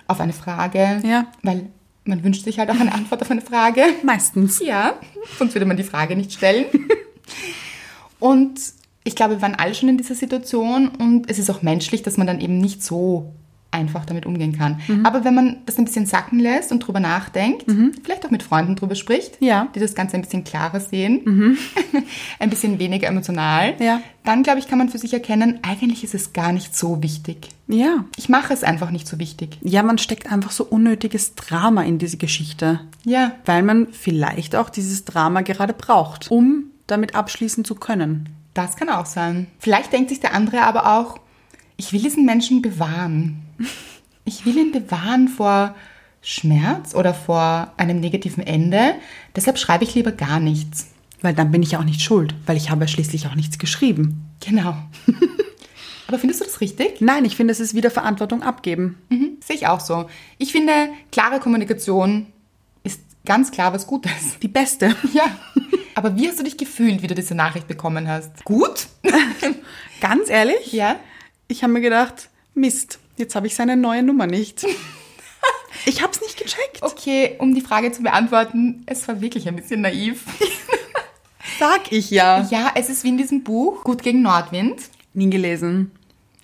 S2: auf eine Frage.
S1: Ja.
S2: Weil man wünscht sich halt auch eine Antwort auf eine Frage.
S1: Meistens.
S2: Ja, sonst würde man die Frage nicht stellen. Und ich glaube, wir waren alle schon in dieser Situation und es ist auch menschlich, dass man dann eben nicht so einfach damit umgehen kann.
S1: Mhm.
S2: Aber wenn man das ein bisschen sacken lässt und drüber nachdenkt, vielleicht auch mit Freunden drüber spricht,
S1: Ja. Mhm.
S2: die das Ganze ein bisschen klarer sehen, ein bisschen weniger emotional,
S1: Ja.
S2: dann glaube ich, kann man für sich erkennen, eigentlich ist es gar nicht so wichtig.
S1: Ja.
S2: Ich mache es einfach nicht so wichtig.
S1: Ja, man steckt einfach so unnötiges Drama in diese Geschichte.
S2: Ja.
S1: Weil man vielleicht auch dieses Drama gerade braucht, um damit abschließen zu können.
S2: Das kann auch sein. Vielleicht denkt sich der andere aber auch, ich will diesen Menschen bewahren. Ich will ihn bewahren vor Schmerz oder vor einem negativen Ende. Deshalb schreibe ich lieber gar nichts.
S1: Weil dann bin ich ja auch nicht schuld, weil ich habe ja schließlich auch nichts geschrieben.
S2: Genau. Aber findest du das richtig?
S1: Nein, ich finde, es ist wieder Verantwortung abgeben.
S2: Mhm. Sehe ich auch so. Ich finde, klare Kommunikation ist ganz klar was Gutes.
S1: Die beste.
S2: Ja. Aber wie hast du dich gefühlt, wie du diese Nachricht bekommen hast? Gut?
S1: Ganz ehrlich,
S2: Ja.
S1: ich habe mir gedacht, Mist, jetzt habe ich seine neue Nummer nicht. Ich habe es nicht gecheckt.
S2: Okay, um die Frage zu beantworten, es war wirklich ein bisschen naiv.
S1: Sag ich ja.
S2: Ja, es ist wie in diesem Buch Gut gegen Nordwind.
S1: Nie gelesen.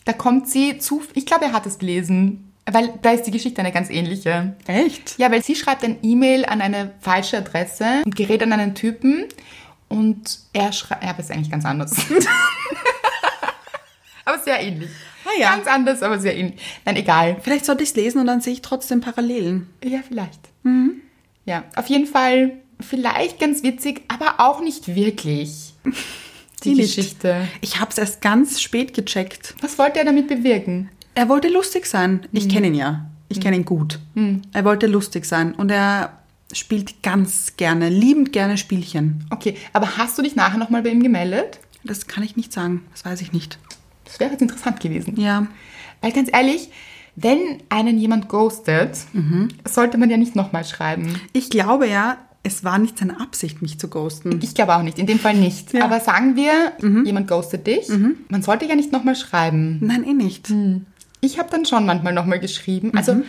S2: Da kommt sie zu, ich glaube, er hat es gelesen, weil da ist die Geschichte eine ganz ähnliche.
S1: Echt?
S2: Ja, weil sie schreibt ein E-Mail an eine falsche Adresse und gerät an einen Typen und er schreibt, ja, aber ist eigentlich ganz anders. aber sehr ähnlich.
S1: Ah ja.
S2: Ganz anders, aber sehr ähnlich. Nein, egal.
S1: Vielleicht sollte ich es lesen und dann sehe ich trotzdem Parallelen.
S2: Ja, vielleicht.
S1: Mhm.
S2: Ja, auf jeden Fall vielleicht ganz witzig, aber auch nicht wirklich. Die
S1: nicht.
S2: Geschichte.
S1: Ich habe es erst ganz spät gecheckt.
S2: Was wollte er damit bewirken?
S1: Er wollte lustig sein. Ich kenne ihn ja. Ich kenne ihn gut. Er wollte lustig sein und er spielt ganz gerne, liebend gerne Spielchen.
S2: Okay, aber hast du dich nachher nochmal bei ihm gemeldet?
S1: Das kann ich nicht sagen. Das weiß ich nicht.
S2: Das wäre jetzt interessant gewesen.
S1: Ja.
S2: Weil ganz ehrlich, wenn einen jemand ghostet,
S1: Mhm.
S2: sollte man ja nicht nochmal schreiben.
S1: Ich glaube ja, es war nicht seine Absicht, mich zu ghosten.
S2: Ich glaube auch nicht, in dem Fall nicht.
S1: Mhm. Ja. Mhm.
S2: Aber sagen wir, jemand ghostet dich, man sollte ja nicht nochmal schreiben.
S1: Nein, eh nicht.
S2: Ich habe dann schon manchmal nochmal geschrieben.
S1: Mhm.
S2: Also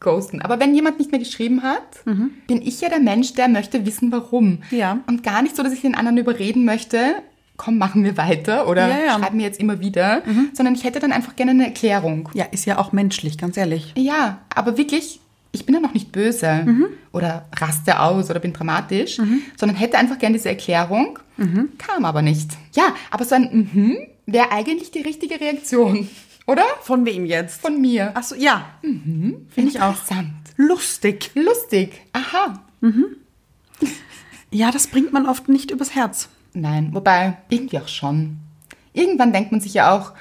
S2: ghosten. Aber wenn jemand nicht mehr geschrieben hat, bin ich ja der Mensch, der möchte wissen, warum.
S1: Mhm. Ja.
S2: Und gar nicht so, dass ich den anderen überreden möchte, komm, machen wir weiter oder
S1: Ja, Mhm. ja.
S2: schreib mir jetzt immer wieder, sondern ich hätte dann einfach gerne eine Erklärung.
S1: Ja, ist ja auch menschlich, ganz ehrlich.
S2: Ja, aber wirklich, ich bin ja noch nicht böse
S1: Mhm.
S2: oder raste aus oder bin dramatisch, sondern hätte einfach gern diese Erklärung,
S1: Mhm.
S2: kam aber nicht. Ja, aber so ein mhm wäre eigentlich die richtige Reaktion, oder?
S1: Von wem jetzt?
S2: Von mir.
S1: Achso, ja. Finde ich auch.
S2: Interessant.
S1: Lustig.
S2: Lustig. Aha.
S1: Ja, das bringt man oft nicht übers Herz.
S2: Nein, wobei, irgendwie auch schon. Irgendwann denkt man sich ja auch,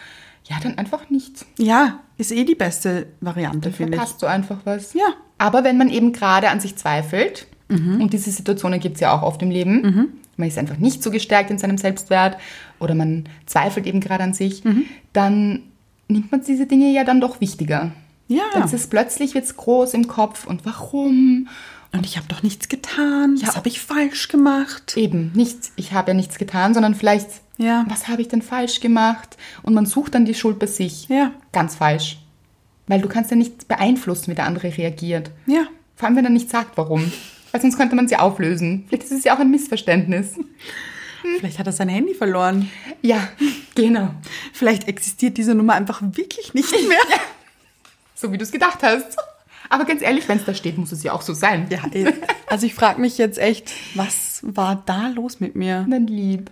S2: ja, dann einfach nicht.
S1: Ja, ist eh die beste Variante, finde ich.
S2: Verpasst du einfach was.
S1: Ja. Mhm.
S2: Aber wenn man eben gerade an sich zweifelt, und diese Situationen gibt es ja auch oft im Leben, man ist einfach nicht so gestärkt in seinem Selbstwert oder man zweifelt eben gerade an sich,
S1: Mhm.
S2: dann nimmt man diese Dinge ja dann doch wichtiger.
S1: Ja.
S2: Dann ist es plötzlich wird's groß im Kopf und warum?
S1: Und ich habe doch nichts getan.
S2: Ja.
S1: Was habe ich falsch gemacht?
S2: Eben, nicht, ich habe ja nichts getan, sondern vielleicht,
S1: Ja.
S2: was habe ich denn falsch gemacht? Und man sucht dann die Schuld bei sich.
S1: Ja.
S2: Ganz falsch. Weil du kannst ja nicht beeinflussen, wie der andere reagiert.
S1: Ja.
S2: Vor allem, wenn er nicht sagt, warum. Weil sonst könnte man sie auflösen. Vielleicht ist es ja auch ein Missverständnis.
S1: Vielleicht hat er sein Handy verloren.
S2: Ja, genau.
S1: Vielleicht existiert diese Nummer einfach wirklich nicht mehr.
S2: So wie du es gedacht hast. Aber ganz ehrlich, wenn es da steht, muss es ja auch so sein.
S1: Ja, eh. also ich frage mich jetzt echt, was war da los mit mir?
S2: Dann lieb.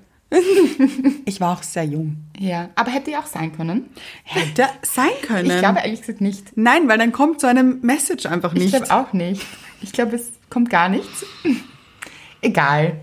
S1: Ich war auch sehr jung.
S2: Ja, aber hätte ja auch sein können.
S1: Hätte sein können.
S2: Ich glaube ehrlich gesagt nicht.
S1: Nein, weil dann kommt so eine Message einfach
S2: Ich
S1: nicht.
S2: glaube auch nicht. Ich glaube, es kommt gar nichts. Egal.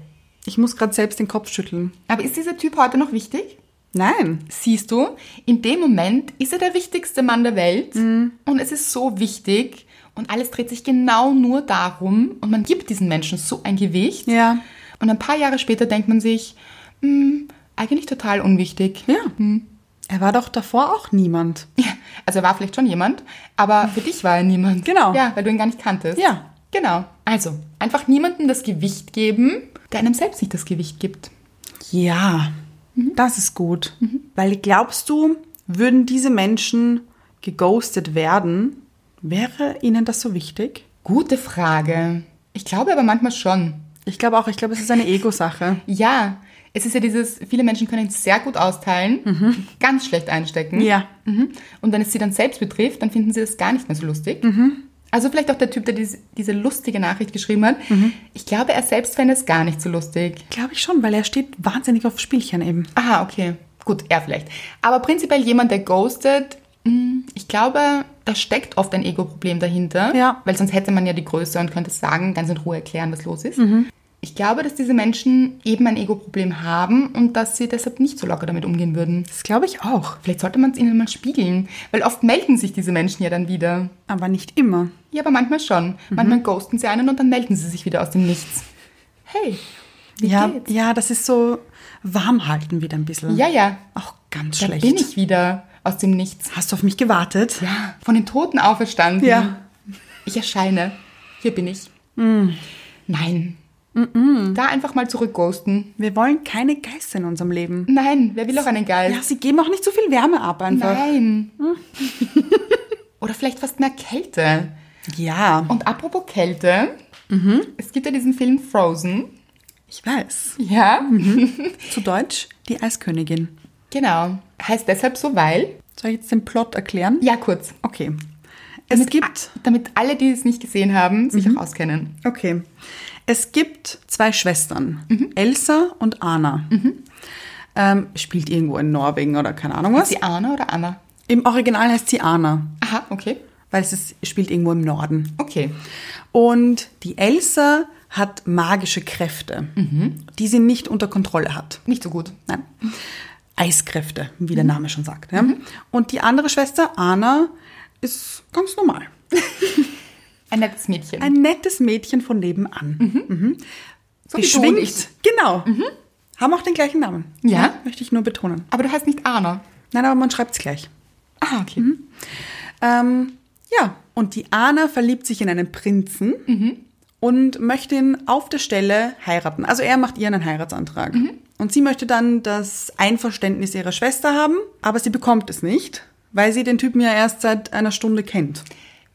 S1: ich muss gerade selbst den Kopf schütteln.
S2: Aber ist dieser Typ heute noch wichtig?
S1: Nein.
S2: Siehst du, in dem Moment ist er der wichtigste Mann der Welt und es ist so wichtig und alles dreht sich genau nur darum und man gibt diesen Menschen so ein Gewicht
S1: Ja.
S2: und ein paar Jahre später denkt man sich, "Hm, eigentlich total unwichtig.
S1: Ja.
S2: Hm.
S1: Er war doch davor auch niemand.
S2: Ja, Also er war vielleicht schon jemand, aber für dich war er niemand.
S1: Genau.
S2: Ja, weil du ihn gar nicht kanntest.
S1: Ja.
S2: Genau. Also einfach niemandem das Gewicht geben, der einem selbst nicht das Gewicht gibt.
S1: Ja,
S2: Mhm.
S1: das ist gut. Weil glaubst du, würden diese Menschen geghostet werden, wäre ihnen das so wichtig?
S2: Gute Frage. Ich glaube aber manchmal schon.
S1: Ich glaube auch, ich glaube, es ist eine Ego-Sache.
S2: Ja, es ist ja dieses, viele Menschen können es sehr gut austeilen, ganz schlecht einstecken.
S1: Ja.
S2: Mhm. Und wenn es sie dann selbst betrifft, dann finden sie das gar nicht mehr so lustig. Also vielleicht auch der Typ, der diese, diese lustige Nachricht geschrieben hat. Ich glaube, er selbst fände es gar nicht so lustig.
S1: Glaube ich schon, weil er steht wahnsinnig auf Spielchen eben.
S2: Aha, okay. Gut, er vielleicht. Aber prinzipiell jemand, der ghostet, mh, ich glaube, da steckt oft ein Ego-Problem dahinter.
S1: Ja.
S2: Weil sonst hätte man ja die Größe und könnte es sagen, ganz in Ruhe erklären, was los ist.
S1: Mhm.
S2: Ich glaube, dass diese Menschen eben ein Ego-Problem haben und dass sie deshalb nicht so locker damit umgehen würden.
S1: Das glaube ich auch,
S2: Vielleicht sollte man es ihnen mal spiegeln, weil oft melden sich diese Menschen ja dann wieder.
S1: aber nicht immer. Mhm.
S2: Ja, aber manchmal schon. Manchmal ghosten sie einen und dann melden sie sich wieder aus dem Nichts. Hey, Wie
S1: ja,
S2: geht's?
S1: ja, das ist so warm halten wieder ein bisschen.
S2: Ja, ja.
S1: Auch ganz
S2: Da
S1: schlecht.
S2: bin ich wieder aus dem Nichts.
S1: Hast du auf mich gewartet?
S2: Ja, von den Toten auferstanden.
S1: Ja. Mm.
S2: Ich erscheine. Hier bin ich. Nein. Da einfach mal zurückghosten.
S1: Wir wollen keine Geister in unserem Leben.
S2: Nein, wer will auch einen
S1: Ja,
S2: Geist?
S1: sie geben auch nicht so viel Wärme ab einfach. Mm.
S2: Nein. Oder vielleicht fast mehr Kälte.
S1: Ja,
S2: Und apropos Kälte,
S1: Mhm.
S2: es gibt ja diesen Film Frozen.
S1: ich weiß.
S2: Ja,
S1: Zu Deutsch die Eiskönigin.
S2: genau. Heißt deshalb so, weil.
S1: Soll ich jetzt den Plot erklären?
S2: Ja, kurz.
S1: Okay. Es gibt Mhm.
S2: Damit alle, die es nicht gesehen haben, sich auch auskennen.
S1: Okay. Es gibt zwei Schwestern, Elsa und Anna. Ähm, spielt irgendwo in Norwegen oder keine Ahnung was.
S2: Die Anna oder Anna?
S1: Im Original heißt sie Anna,
S2: Aha, okay.
S1: weil es ist, spielt irgendwo im Norden.
S2: Okay.
S1: Und die Elsa hat magische Kräfte, die sie nicht unter Kontrolle hat.
S2: Nicht so gut.
S1: Nein. Eiskräfte, wie
S2: Mhm.
S1: der Name schon sagt. Ja? Und die andere Schwester, Anna, ist ganz normal.
S2: Ein nettes Mädchen.
S1: Ein nettes Mädchen von nebenan.
S2: Mhm. so wie du und ich. Mhm.
S1: Geschwingt. Genau. Haben auch den gleichen Namen.
S2: Ja.
S1: Möchte ich nur betonen.
S2: Aber du heißt nicht Anna.
S1: Nein, aber man schreibt es gleich.
S2: Ah, okay.
S1: Ähm, ja, und die Anna verliebt sich in einen Prinzen und möchte ihn auf der Stelle heiraten. Also er macht ihr einen Heiratsantrag. Und sie möchte dann das Einverständnis ihrer Schwester haben, aber sie bekommt es nicht, weil sie den Typen ja erst seit einer Stunde kennt.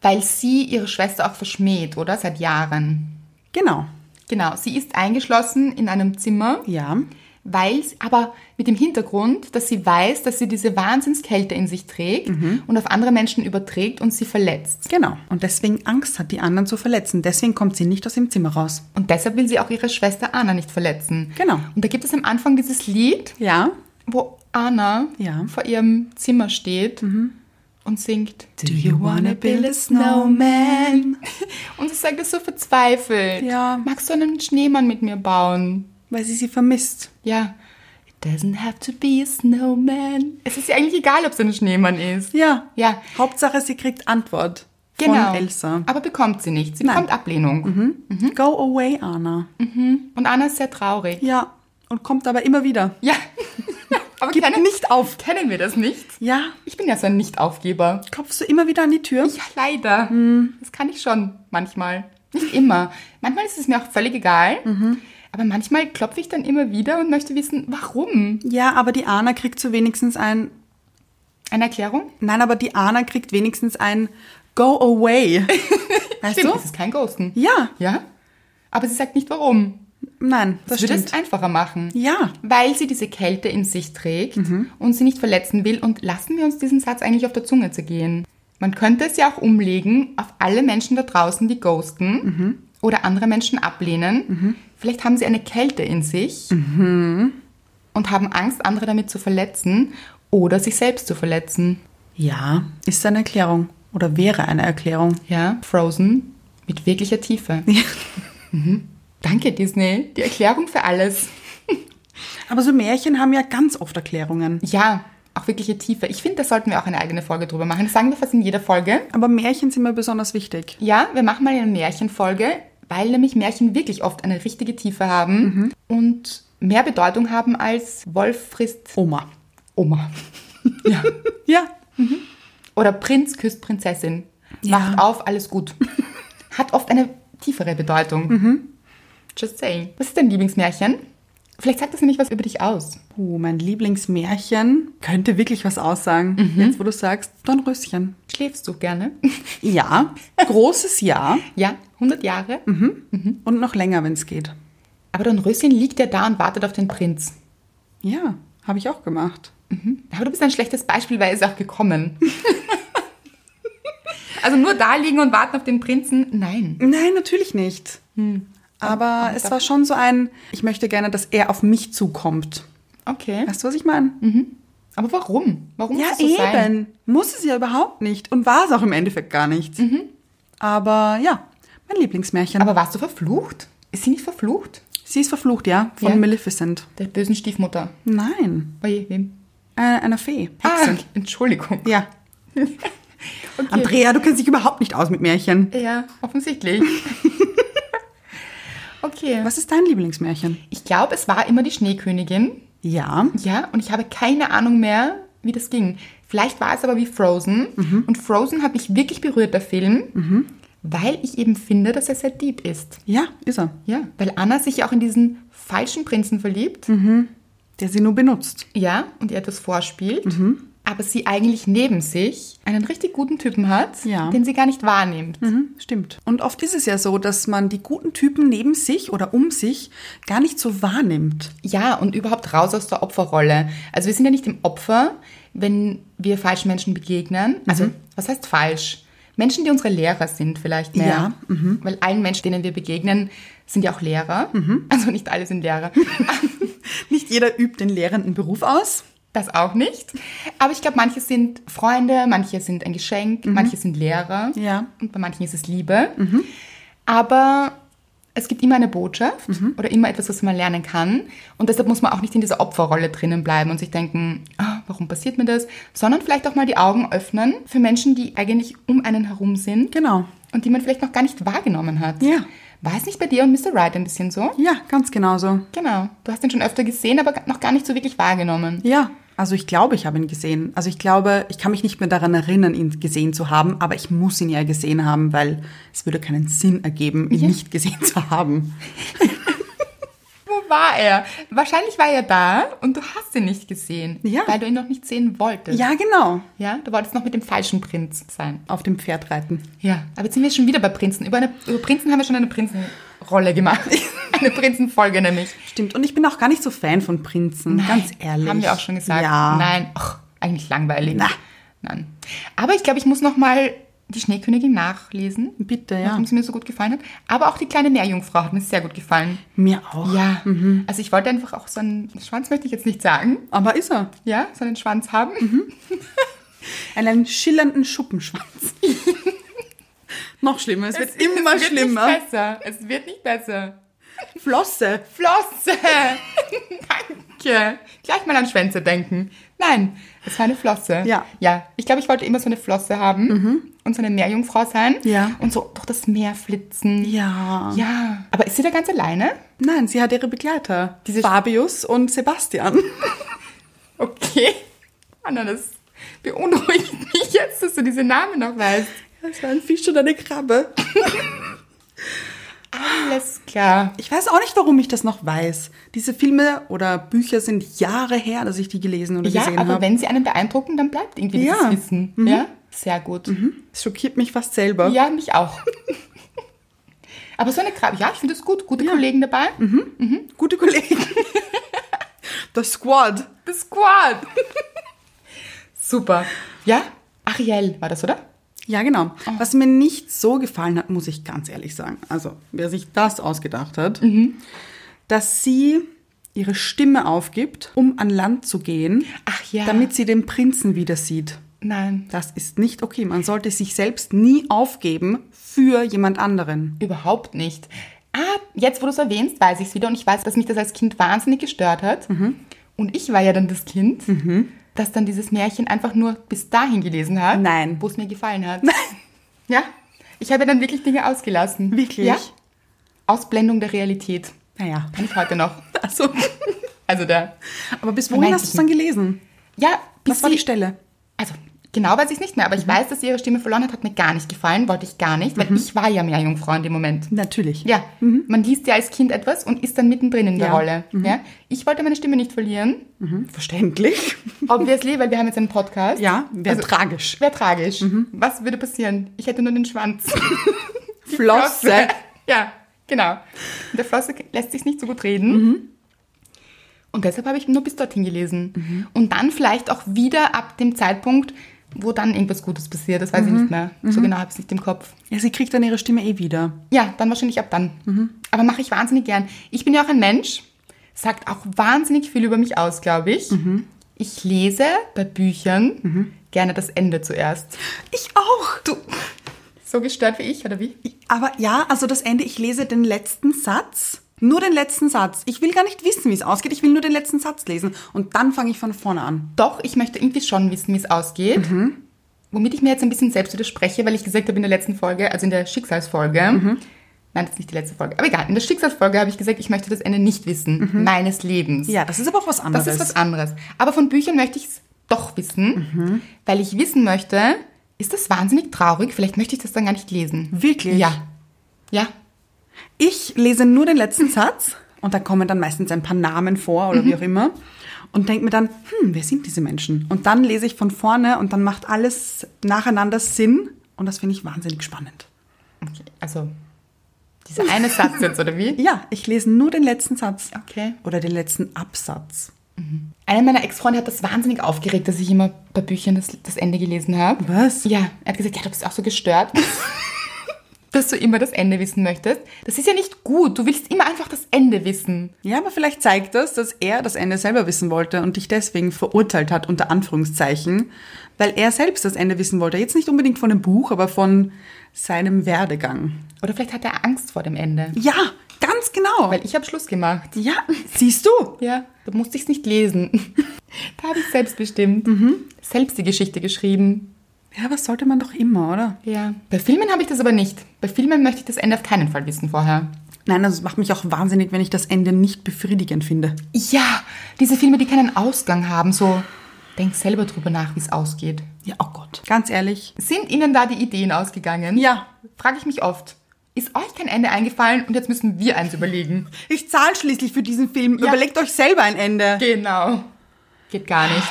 S2: Weil sie ihre Schwester auch verschmäht, oder? Seit Jahren.
S1: Genau.
S2: Genau. Sie ist eingeschlossen in einem Zimmer,
S1: Ja.
S2: weil, aber mit dem Hintergrund, dass sie weiß, dass sie diese Wahnsinnskälte in sich trägt und auf andere Menschen überträgt und sie verletzt.
S1: Genau. Und deswegen Angst hat, die anderen zu verletzen. Deswegen kommt sie nicht aus dem Zimmer raus.
S2: Und deshalb will sie auch ihre Schwester Anna nicht verletzen.
S1: Genau.
S2: Und da gibt es am Anfang dieses Lied,
S1: Ja.
S2: wo Anna
S1: Ja. Mhm.
S2: vor ihrem Zimmer steht und singt.
S1: Do you wanna build a snowman?
S2: Und sie sagt es so verzweifelt.
S1: Ja.
S2: Magst du einen Schneemann mit mir bauen?
S1: Weil sie sie vermisst.
S2: Ja. It doesn't have to be a snowman. Es ist ja eigentlich egal, ob es ein Schneemann ist.
S1: Ja.
S2: Ja.
S1: Hauptsache, sie kriegt Antwort
S2: Genau.
S1: von Elsa. Mhm.
S2: Aber bekommt sie nicht. Sie bekommt Ablehnung.
S1: Go away, Anna.
S2: Und Anna ist sehr traurig.
S1: Ja. Und kommt aber immer wieder.
S2: Ja. Aber
S1: Gib
S2: kennen,
S1: nicht auf.
S2: kennen wir das nicht?
S1: Ja.
S2: Ich bin ja so ein Nichtaufgeber.
S1: Klopfst du immer wieder an die Tür?
S2: Ja, leider.
S1: Mhm.
S2: Das kann ich schon manchmal. Nicht immer. Manchmal ist es mir auch völlig egal.
S1: Mhm.
S2: Aber manchmal klopfe ich dann immer wieder und möchte wissen, warum.
S1: Ja, aber die Anna kriegt so wenigstens ein.
S2: Eine Erklärung?
S1: Nein, aber die Anna kriegt wenigstens ein Go away. weißt
S2: Stimmt,
S1: du?
S2: es ist kein Ghosten.
S1: Ja.
S2: Ja? Aber sie sagt nicht, warum.
S1: Nein, das
S2: würde es
S1: stimmt.
S2: einfacher machen.
S1: Ja.
S2: Weil sie diese Kälte in sich trägt und sie nicht verletzen will. Und lassen wir uns diesen Satz eigentlich auf der Zunge zergehen. Man könnte es ja auch umlegen auf alle Menschen da draußen, die ghosten oder andere Menschen ablehnen. Vielleicht haben sie eine Kälte in sich und haben Angst, andere damit zu verletzen oder sich selbst zu verletzen.
S1: Ja, ist eine Erklärung. Oder wäre eine Erklärung.
S2: Ja, Frozen mit wirklicher Tiefe. mhm. Danke, Disney. Die Erklärung für alles.
S1: Aber so Märchen haben ja ganz oft Erklärungen.
S2: Ja, auch wirkliche Tiefe. Ich finde, da sollten wir auch eine eigene Folge drüber machen. Das sagen wir fast in jeder Folge.
S1: Aber Märchen sind mir besonders wichtig.
S2: Ja, wir machen mal eine Märchenfolge, weil nämlich Märchen wirklich oft eine richtige Tiefe haben und mehr Bedeutung haben als Wolf frisst
S1: Oma.
S2: Oma. ja.
S1: Ja.
S2: Oder Prinz küsst Prinzessin.
S1: Ja.
S2: Macht auf, alles gut. Hat oft eine tiefere Bedeutung. Just saying. Was ist dein Lieblingsmärchen? Vielleicht sagt das nämlich was über dich aus.
S1: Oh, mein Lieblingsmärchen könnte wirklich was aussagen. Jetzt, wo du sagst, Dornröschen.
S2: Schläfst du gerne?
S1: Ja, großes Ja
S2: ja, 100 Jahre.
S1: und noch länger, wenn es geht.
S2: Aber Dornröschen liegt ja da und wartet auf den Prinz.
S1: Ja, habe ich auch gemacht.
S2: Aber du bist ein schlechtes Beispiel, weil er ist auch gekommen. also nur da liegen und warten auf den Prinzen? Nein.
S1: Nein, natürlich nicht. Aber es war schon so ein, ich möchte gerne, dass er auf mich zukommt.
S2: Okay.
S1: Weißt du, was ich meine?
S2: Aber warum? Warum
S1: Ja,
S2: muss das so
S1: eben.
S2: sein?
S1: Muss es ja überhaupt nicht. Und war es auch im Endeffekt gar nicht. Aber ja, mein Lieblingsmärchen.
S2: Aber warst du verflucht? Ist sie nicht verflucht?
S1: Sie ist verflucht, ja, von
S2: Ja.
S1: Maleficent.
S2: Der bösen Stiefmutter.
S1: Nein,
S2: Oje, wem?
S1: äh, einer Fee.
S2: Ah,
S1: Hexe.
S2: okay. Entschuldigung.
S1: Ja.
S2: Okay.
S1: Andrea, du kennst dich überhaupt nicht aus mit Märchen.
S2: Ja, offensichtlich. Okay.
S1: Was ist dein Lieblingsmärchen?
S2: Ich glaube, es war immer die Schneekönigin.
S1: Ja.
S2: Ja, und ich habe keine Ahnung mehr, wie das ging. Vielleicht war es aber wie Frozen.
S1: Mhm.
S2: Und Frozen hat mich wirklich berührt, der Film, weil ich eben finde, dass er sehr deep ist.
S1: Ja, ist er.
S2: Ja, weil Anna sich ja auch in diesen falschen Prinzen verliebt.
S1: Mhm. Der sie nur benutzt.
S2: Ja, und ihr etwas vorspielt.
S1: Mhm.
S2: Aber sie eigentlich neben sich einen richtig guten Typen hat,
S1: Ja.
S2: den sie gar nicht wahrnimmt.
S1: Mhm, stimmt. Und oft ist es ja so, dass man die guten Typen neben sich oder um sich gar nicht so wahrnimmt.
S2: Ja, und überhaupt raus aus der Opferrolle. Also wir sind ja nicht im Opfer, wenn wir falschen Menschen begegnen. Also
S1: Mhm.
S2: was heißt falsch? Menschen, die unsere Lehrer sind vielleicht mehr.
S1: Ja, mhm.
S2: Weil allen Menschen, denen wir begegnen, sind ja auch Lehrer.
S1: Mhm.
S2: Also nicht alle sind Lehrer.
S1: Nicht jeder übt den lehrenden Beruf aus.
S2: Das auch nicht. Aber ich glaube, manche sind Freunde, manche sind ein Geschenk, manche sind Lehrer.
S1: Mhm. Ja.
S2: Und bei manchen ist es Liebe.
S1: Mhm.
S2: Aber es gibt immer eine Botschaft
S1: Mhm.
S2: oder immer etwas, was man lernen kann. Und deshalb muss man auch nicht in dieser Opferrolle drinnen bleiben und sich denken, "Ah, warum passiert mir das? Sondern vielleicht auch mal die Augen öffnen für Menschen, die eigentlich um einen herum sind
S1: Genau.
S2: und die man vielleicht noch gar nicht wahrgenommen hat.
S1: Ja.
S2: War es nicht bei dir und Mr. Right ein bisschen so?
S1: Ja, ganz genau so.
S2: Genau. Du hast ihn schon öfter gesehen, aber noch gar nicht so wirklich wahrgenommen.
S1: Ja. Also ich glaube, ich habe ihn gesehen. Also ich glaube, ich kann mich nicht mehr daran erinnern, ihn gesehen zu haben, aber ich muss ihn ja gesehen haben, weil es würde keinen Sinn ergeben, ihn
S2: Ja.
S1: nicht gesehen zu haben.
S2: Wo war er? Wahrscheinlich war er da und du hast ihn nicht gesehen,
S1: Ja.
S2: weil du ihn noch nicht sehen wolltest.
S1: Ja, genau.
S2: Ja, du wolltest noch mit dem falschen Prinz sein.
S1: Auf dem Pferd reiten.
S2: Ja. Aber jetzt sind wir schon wieder bei Prinzen. Über, eine, über Prinzen haben wir schon eine Prinzenrolle gemacht. eine Prinzenfolge nämlich.
S1: Stimmt. Und ich bin auch gar nicht so Fan von Prinzen, ganz ehrlich.
S2: Haben wir auch schon gesagt.
S1: Ja.
S2: Nein, ach, eigentlich langweilig.
S1: Na.
S2: Nein. Aber ich glaube, ich muss noch mal die Schneekönigin nachlesen.
S1: Bitte, ja.
S2: Warum sie mir so gut gefallen hat. Aber auch die kleine Meerjungfrau hat mir sehr gut gefallen.
S1: Mir auch.
S2: Ja.
S1: Mhm.
S2: Also ich wollte einfach auch so einen Schwanz, möchte ich jetzt nicht sagen.
S1: Aber ist er?
S2: Ja, so einen Schwanz haben.
S1: Mhm. Einen schillernden Schuppenschwanz. Noch schlimmer, es, wird immer
S2: es
S1: schlimmer.
S2: Nicht besser. Es wird nicht besser.
S1: Flosse.
S2: Flosse! Danke. Gleich mal an Schwänze denken. Nein, es war eine Flosse.
S1: Ja. Mhm.
S2: Ja. Ich glaube, ich wollte immer so eine Flosse haben und so eine Meerjungfrau sein.
S1: Ja.
S2: Und so durch das Meer flitzen.
S1: Ja.
S2: Ja. Aber ist sie da ganz alleine?
S1: Nein, sie hat ihre Begleiter.
S2: Diese-
S1: Fabius und Sebastian.
S2: Okay. Anna, das beunruhigt mich jetzt, dass du diese Namen noch weißt.
S1: Das war ein Fisch und eine Krabbe.
S2: Alles klar.
S1: Ich weiß auch nicht, warum ich das noch weiß. Diese Filme oder Bücher sind Jahre her, dass ich die gelesen oder
S2: Ja,
S1: gesehen
S2: aber
S1: habe.
S2: wenn sie einen beeindrucken, dann bleibt irgendwie
S1: Ja. Mhm.
S2: dieses Wissen. Ja. Sehr gut.
S1: Es schockiert mich fast selber.
S2: Ja, mich auch. Aber so eine Krabbe, ja, Mhm. ich finde es gut. Gute Kollegen dabei.
S1: Gute Kollegen. Das Squad.
S2: The Squad. Super. Ja, Ariel war das, oder?
S1: Ja, genau. Was mir nicht so gefallen hat, muss ich ganz ehrlich sagen. Also, wer sich das ausgedacht hat, dass sie ihre Stimme aufgibt, um an Land zu gehen,
S2: Ach ja.
S1: damit sie den Prinzen wieder sieht.
S2: Nein.
S1: Das ist nicht okay. Man sollte sich selbst nie aufgeben für jemand anderen.
S2: Überhaupt nicht. Ah, jetzt, wo du es erwähnst, weiß ich es wieder und ich weiß, dass mich das als Kind wahnsinnig gestört hat. Und ich war ja dann das Kind, das dann dieses Märchen einfach nur bis dahin gelesen hat.
S1: Nein.
S2: Wo es mir gefallen hat. Nein. Ja, ich habe ja dann wirklich Dinge ausgelassen.
S1: Wirklich?
S2: Ja. Ausblendung der Realität.
S1: Naja.
S2: Kann ich heute noch.
S1: Also,
S2: Also der.
S1: aber bis wohin
S2: Nein,
S1: hast du es dann gelesen?
S2: Ja, bis
S1: Was Mhm. war die
S2: sie-
S1: Stelle?
S2: Also genau weiß ich nicht mehr, aber ich weiß, dass sie ihre Stimme verloren hat, hat mir gar nicht gefallen, wollte ich gar nicht, weil
S1: Mhm.
S2: ich war ja mehr Jungfrau in dem Moment.
S1: Natürlich.
S2: Ja, man liest ja als Kind etwas und ist dann mittendrin in der
S1: Mhm. Ja.
S2: Rolle. Ja? Ich wollte meine Stimme nicht verlieren.
S1: Mhm. Verständlich.
S2: Obviously, weil wir haben jetzt einen Podcast.
S1: Ja, Mhm. wäre
S2: Also,
S1: tragisch.
S2: Wäre tragisch. Was würde passieren? Ich hätte nur den Schwanz.
S1: Flosse.
S2: ja, genau. Mit der Flosse lässt sich nicht so gut reden. Und deshalb habe ich nur bis dorthin gelesen. Mhm. Und dann vielleicht auch wieder ab dem Zeitpunkt, wo dann irgendwas Gutes passiert. Das weiß ich nicht mehr. So genau habe ich es nicht im Kopf.
S1: Ja, sie kriegt dann ihre Stimme eh wieder.
S2: Ja, dann wahrscheinlich ab dann. Aber mache ich wahnsinnig gern. Ich bin ja auch ein Mensch, sagt auch wahnsinnig viel über mich aus, glaube ich. Ich lese bei Büchern gerne das Ende zuerst.
S1: Ich auch. Du,
S2: So gestört wie ich, oder wie?
S1: Aber ja, also das Ende, ich lese den letzten Satz. Nur den letzten Satz. Ich will gar nicht wissen, wie es ausgeht. Ich will nur den letzten Satz lesen. Und dann fange ich von vorne an.
S2: Doch, ich möchte irgendwie schon wissen, wie es ausgeht.
S1: Mhm. Mhm.
S2: Womit ich mir jetzt ein bisschen selbst widerspreche, weil ich gesagt habe in der letzten Folge, also in der Schicksalsfolge, Nein, das ist nicht die letzte Folge. Aber egal, in der Schicksalsfolge habe ich gesagt, ich möchte das Ende nicht wissen. Meines Lebens.
S1: Mhm. Ja, das ist aber auch was anderes.
S2: Das ist was anderes. Aber von Büchern möchte ich es doch wissen,
S1: Mhm.
S2: weil ich wissen möchte, ist das wahnsinnig traurig? Vielleicht möchte ich das dann gar nicht lesen.
S1: Wirklich?
S2: Ja. Ja.
S1: Ich lese nur den letzten Satz und da kommen dann meistens ein paar Namen vor oder
S2: Mhm.
S1: wie auch immer und denke mir dann, hm, wer sind diese Menschen? Und dann lese ich von vorne und dann macht alles nacheinander Sinn und das finde ich wahnsinnig spannend.
S2: Okay. Also, dieser eine Satz jetzt, oder wie?
S1: Ja, ich lese nur den letzten Satz.
S2: Okay.
S1: Oder den letzten Absatz.
S2: Einer meiner Ex-Freunde hat das wahnsinnig aufgeregt, dass ich immer bei Büchern das, das Ende gelesen habe.
S1: Was?
S2: Ja, er hat gesagt, ja, du bist auch so gestört, dass du immer das Ende wissen möchtest. Das ist ja nicht gut. Du willst immer einfach das Ende wissen.
S1: Ja, aber vielleicht zeigt das, dass er das Ende selber wissen wollte und dich deswegen verurteilt hat, unter Anführungszeichen, weil er selbst das Ende wissen wollte. Jetzt nicht unbedingt von dem Buch, aber von seinem Werdegang.
S2: Oder vielleicht hat er Angst vor dem Ende.
S1: Ja, ganz genau.
S2: Weil ich habe Schluss gemacht.
S1: ja, siehst du?
S2: Ja, da musste ich es nicht lesen. da habe ich selbst bestimmt. Selbst die Geschichte geschrieben.
S1: Ja, was sollte man doch immer, oder?
S2: Ja. Bei Filmen habe ich das aber nicht. Bei Filmen möchte ich das Ende auf keinen Fall wissen vorher.
S1: Nein, also es macht mich auch wahnsinnig, wenn ich das Ende nicht befriedigend finde.
S2: Ja, diese Filme, die keinen Ausgang haben, so denk selber drüber nach, wie es ausgeht.
S1: Ja, oh Gott. Ganz ehrlich.
S2: Sind Ihnen da die Ideen ausgegangen?
S1: Ja.
S2: Frage ich mich oft. Ist euch kein Ende eingefallen und jetzt müssen wir eins überlegen?
S1: Ich zahle schließlich für diesen Film.
S2: Ja.
S1: Überlegt euch selber ein Ende.
S2: Genau. Geht gar nicht.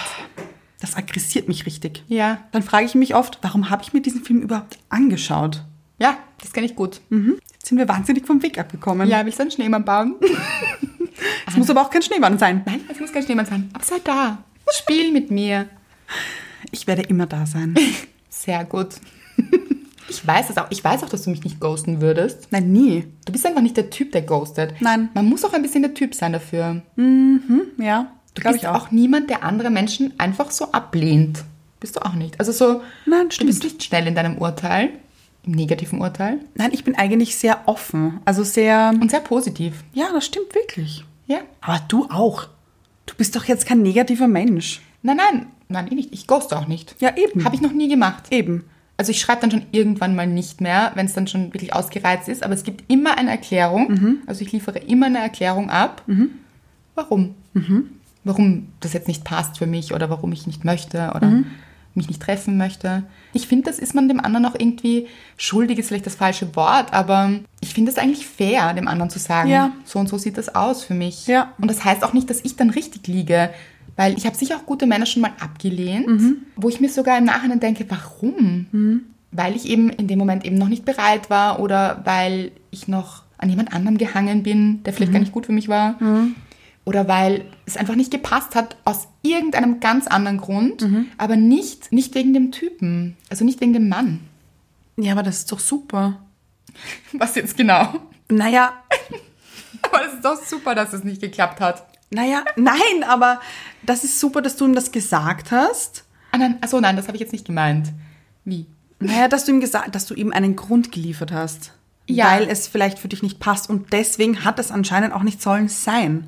S1: Das aggressiert mich richtig.
S2: Ja.
S1: Dann frage ich mich oft, warum habe ich mir diesen Film überhaupt angeschaut?
S2: Ja, das kenne ich gut.
S1: Mhm. Jetzt sind wir wahnsinnig vom Weg abgekommen.
S2: Ja, willst du einen Schneemann bauen?
S1: Es muss aber auch kein Schneemann sein.
S2: Nein, es muss kein Schneemann sein. Aber sei da. Spiel mit mir.
S1: Ich werde immer da sein.
S2: Sehr gut. Ich weiß es auch. Ich weiß auch, dass du mich nicht ghosten würdest.
S1: Nein, nie.
S2: Du bist einfach nicht der Typ, der ghostet.
S1: Nein.
S2: Man muss auch ein bisschen der Typ sein dafür.
S1: Ja,
S2: Du
S1: glaub
S2: bist auch. niemand, der andere Menschen einfach so ablehnt. Bist du auch nicht. Also so,
S1: Nein,
S2: du bist
S1: stimmt.
S2: nicht schnell in deinem Urteil, im negativen Urteil
S1: Nein, ich bin eigentlich sehr offen. Also sehr.
S2: und sehr positiv.
S1: Ja, das stimmt wirklich.
S2: Ja.
S1: Aber du auch. Du bist doch jetzt kein negativer Mensch.
S2: Nein, nein, nein, ich nicht. Ich ghoste auch nicht.
S1: Ja, eben.
S2: Habe ich noch nie gemacht.
S1: Eben.
S2: Also ich schreibe dann schon irgendwann mal nicht mehr, wenn es dann schon wirklich ausgereizt ist, aber es gibt immer eine Erklärung.
S1: Mhm.
S2: Also ich liefere immer eine Erklärung ab, warum.
S1: Mhm.
S2: Warum das jetzt nicht passt für mich oder warum ich nicht möchte oder
S1: Mhm.
S2: mich nicht treffen möchte. Ich finde, das ist man dem anderen auch irgendwie schuldig, ist vielleicht das falsche Wort, aber ich finde es eigentlich fair, dem anderen zu sagen,
S1: Ja.
S2: so und so sieht das aus für mich.
S1: Ja.
S2: Und das heißt auch nicht, dass ich dann richtig liege, weil ich habe sicher auch gute Männer schon mal abgelehnt, wo ich mir sogar im Nachhinein denke, warum? Weil ich eben in dem Moment eben noch nicht bereit war oder weil ich noch an jemand anderem gehangen bin, der vielleicht gar nicht gut für mich war. Oder weil es einfach nicht gepasst hat aus irgendeinem ganz anderen Grund, aber nicht, nicht wegen dem Typen, also nicht wegen dem Mann.
S1: Ja, aber das ist doch super.
S2: Was jetzt genau?
S1: Naja,
S2: Aber es ist doch super, dass es nicht geklappt hat.
S1: naja, nein, aber das ist super, dass du ihm das gesagt hast.
S2: Ah, nein, achso, nein, das habe ich jetzt nicht gemeint. Wie?
S1: Naja, dass du ihm gesagt, dass du ihm einen Grund geliefert hast.
S2: Ja.
S1: Weil es vielleicht für dich nicht passt und deswegen hat es anscheinend auch nicht sollen sein.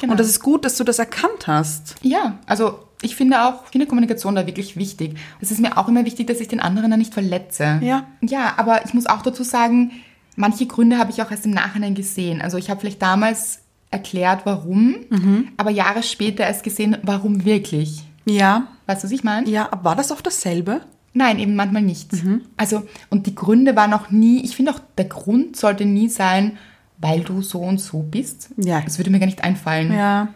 S2: Genau.
S1: Und das ist gut, dass du das erkannt hast.
S2: Ja, also ich finde auch Kinderkommunikation da wirklich wichtig. Es ist mir auch immer wichtig, dass ich den anderen dann nicht verletze.
S1: Ja.
S2: Ja, aber ich muss auch dazu sagen, manche Gründe habe ich auch erst im Nachhinein gesehen. Also ich habe vielleicht damals erklärt, warum,
S1: Mhm.
S2: aber Jahre später erst gesehen, warum wirklich.
S1: Ja,
S2: Weißt du, was ich meine?
S1: ja, Mhm. aber war das auch dasselbe?
S2: Nein, eben manchmal nicht. Also, und die Gründe waren auch nie, ich finde auch, der Grund sollte nie sein, weil du so und so bist.
S1: Ja.
S2: Das würde mir gar nicht einfallen.
S1: Ja.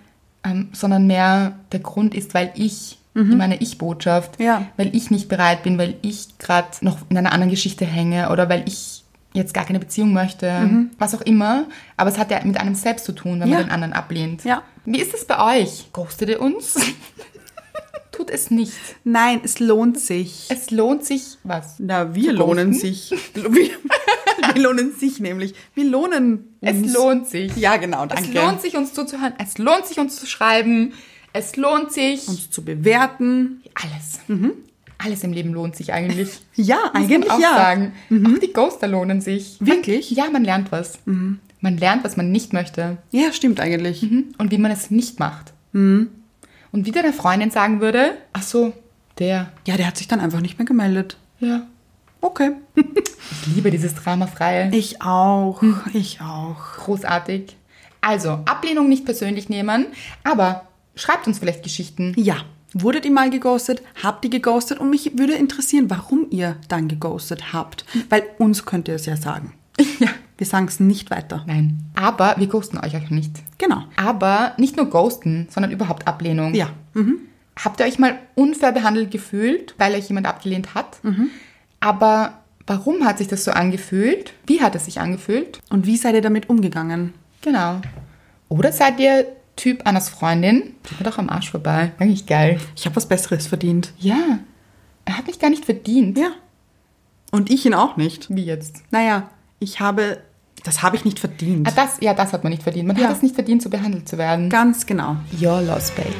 S2: Ähm, sondern mehr der Grund ist, weil ich, in meiner Ich-Botschaft,
S1: Mhm. Ja.
S2: weil ich nicht bereit bin, weil ich gerade noch in einer anderen Geschichte hänge oder weil ich jetzt gar keine Beziehung möchte, was auch immer. Aber es hat ja mit einem selbst zu tun, wenn
S1: Mhm. Ja.
S2: man den anderen ablehnt.
S1: Ja.
S2: Wie ist es bei euch? Ghostet ihr uns? Tut es nicht.
S1: Nein, es lohnt sich.
S2: Es lohnt sich was?
S1: Na, wir
S2: Zu
S1: lohnen
S2: posten?
S1: sich. Wir, wir lohnen sich nämlich. Wir lohnen
S2: Es
S1: uns.
S2: lohnt sich.
S1: Ja, genau, danke.
S2: Es lohnt sich, uns zuzuhören. Es lohnt sich, uns zu schreiben. Es lohnt sich.
S1: Uns zu bewerten.
S2: alles. Alles im Leben lohnt sich eigentlich.
S1: Mhm. Ja,
S2: Muss
S1: eigentlich
S2: man auch
S1: ja. Mhm.
S2: sagen. Auch die Ghoster lohnen sich.
S1: Wirklich? Mhm.
S2: Man, ja, man lernt was. Man lernt, was man nicht möchte
S1: Ja, stimmt eigentlich.
S2: und wie man es nicht macht.
S1: Mhm.
S2: Und wie deine Freundin sagen würde, ach so, der,
S1: Ja, der hat sich dann einfach nicht mehr gemeldet.
S2: ja,
S1: Okay.
S2: Ich liebe dieses Drama frei.
S1: Ich auch. Ich auch.
S2: Großartig. Also, Ablehnung nicht persönlich nehmen, aber schreibt uns vielleicht Geschichten.
S1: Ja. Wurdet ihr mal geghostet? Habt ihr geghostet? Und mich würde interessieren, warum ihr dann geghostet habt. Weil uns könnt ihr es ja sagen.
S2: Ja.
S1: Wir sagen es nicht weiter.
S2: Nein. Aber wir ghosten euch auch nicht.
S1: Genau.
S2: Aber nicht nur ghosten, sondern überhaupt Ablehnung.
S1: Ja. mhm.
S2: Habt ihr euch mal unfair behandelt gefühlt, weil euch jemand abgelehnt hat? Aber warum hat sich das so angefühlt? Wie hat es sich angefühlt?
S1: Und wie seid ihr damit umgegangen?
S2: Genau. Oder seid ihr Typ Annas Freundin? Tut mir doch am Arsch vorbei. Eigentlich geil.
S1: Ich habe was Besseres verdient.
S2: Ja. Er hat mich gar nicht verdient.
S1: Ja. Und ich ihn auch nicht.
S2: Wie jetzt?
S1: Naja, ich habe. Das habe ich nicht verdient.
S2: Ah, das, ja, das hat man nicht verdient. Man
S1: Ja.
S2: hat es nicht verdient, so behandelt zu werden.
S1: Ganz genau.
S2: Your loss, babe.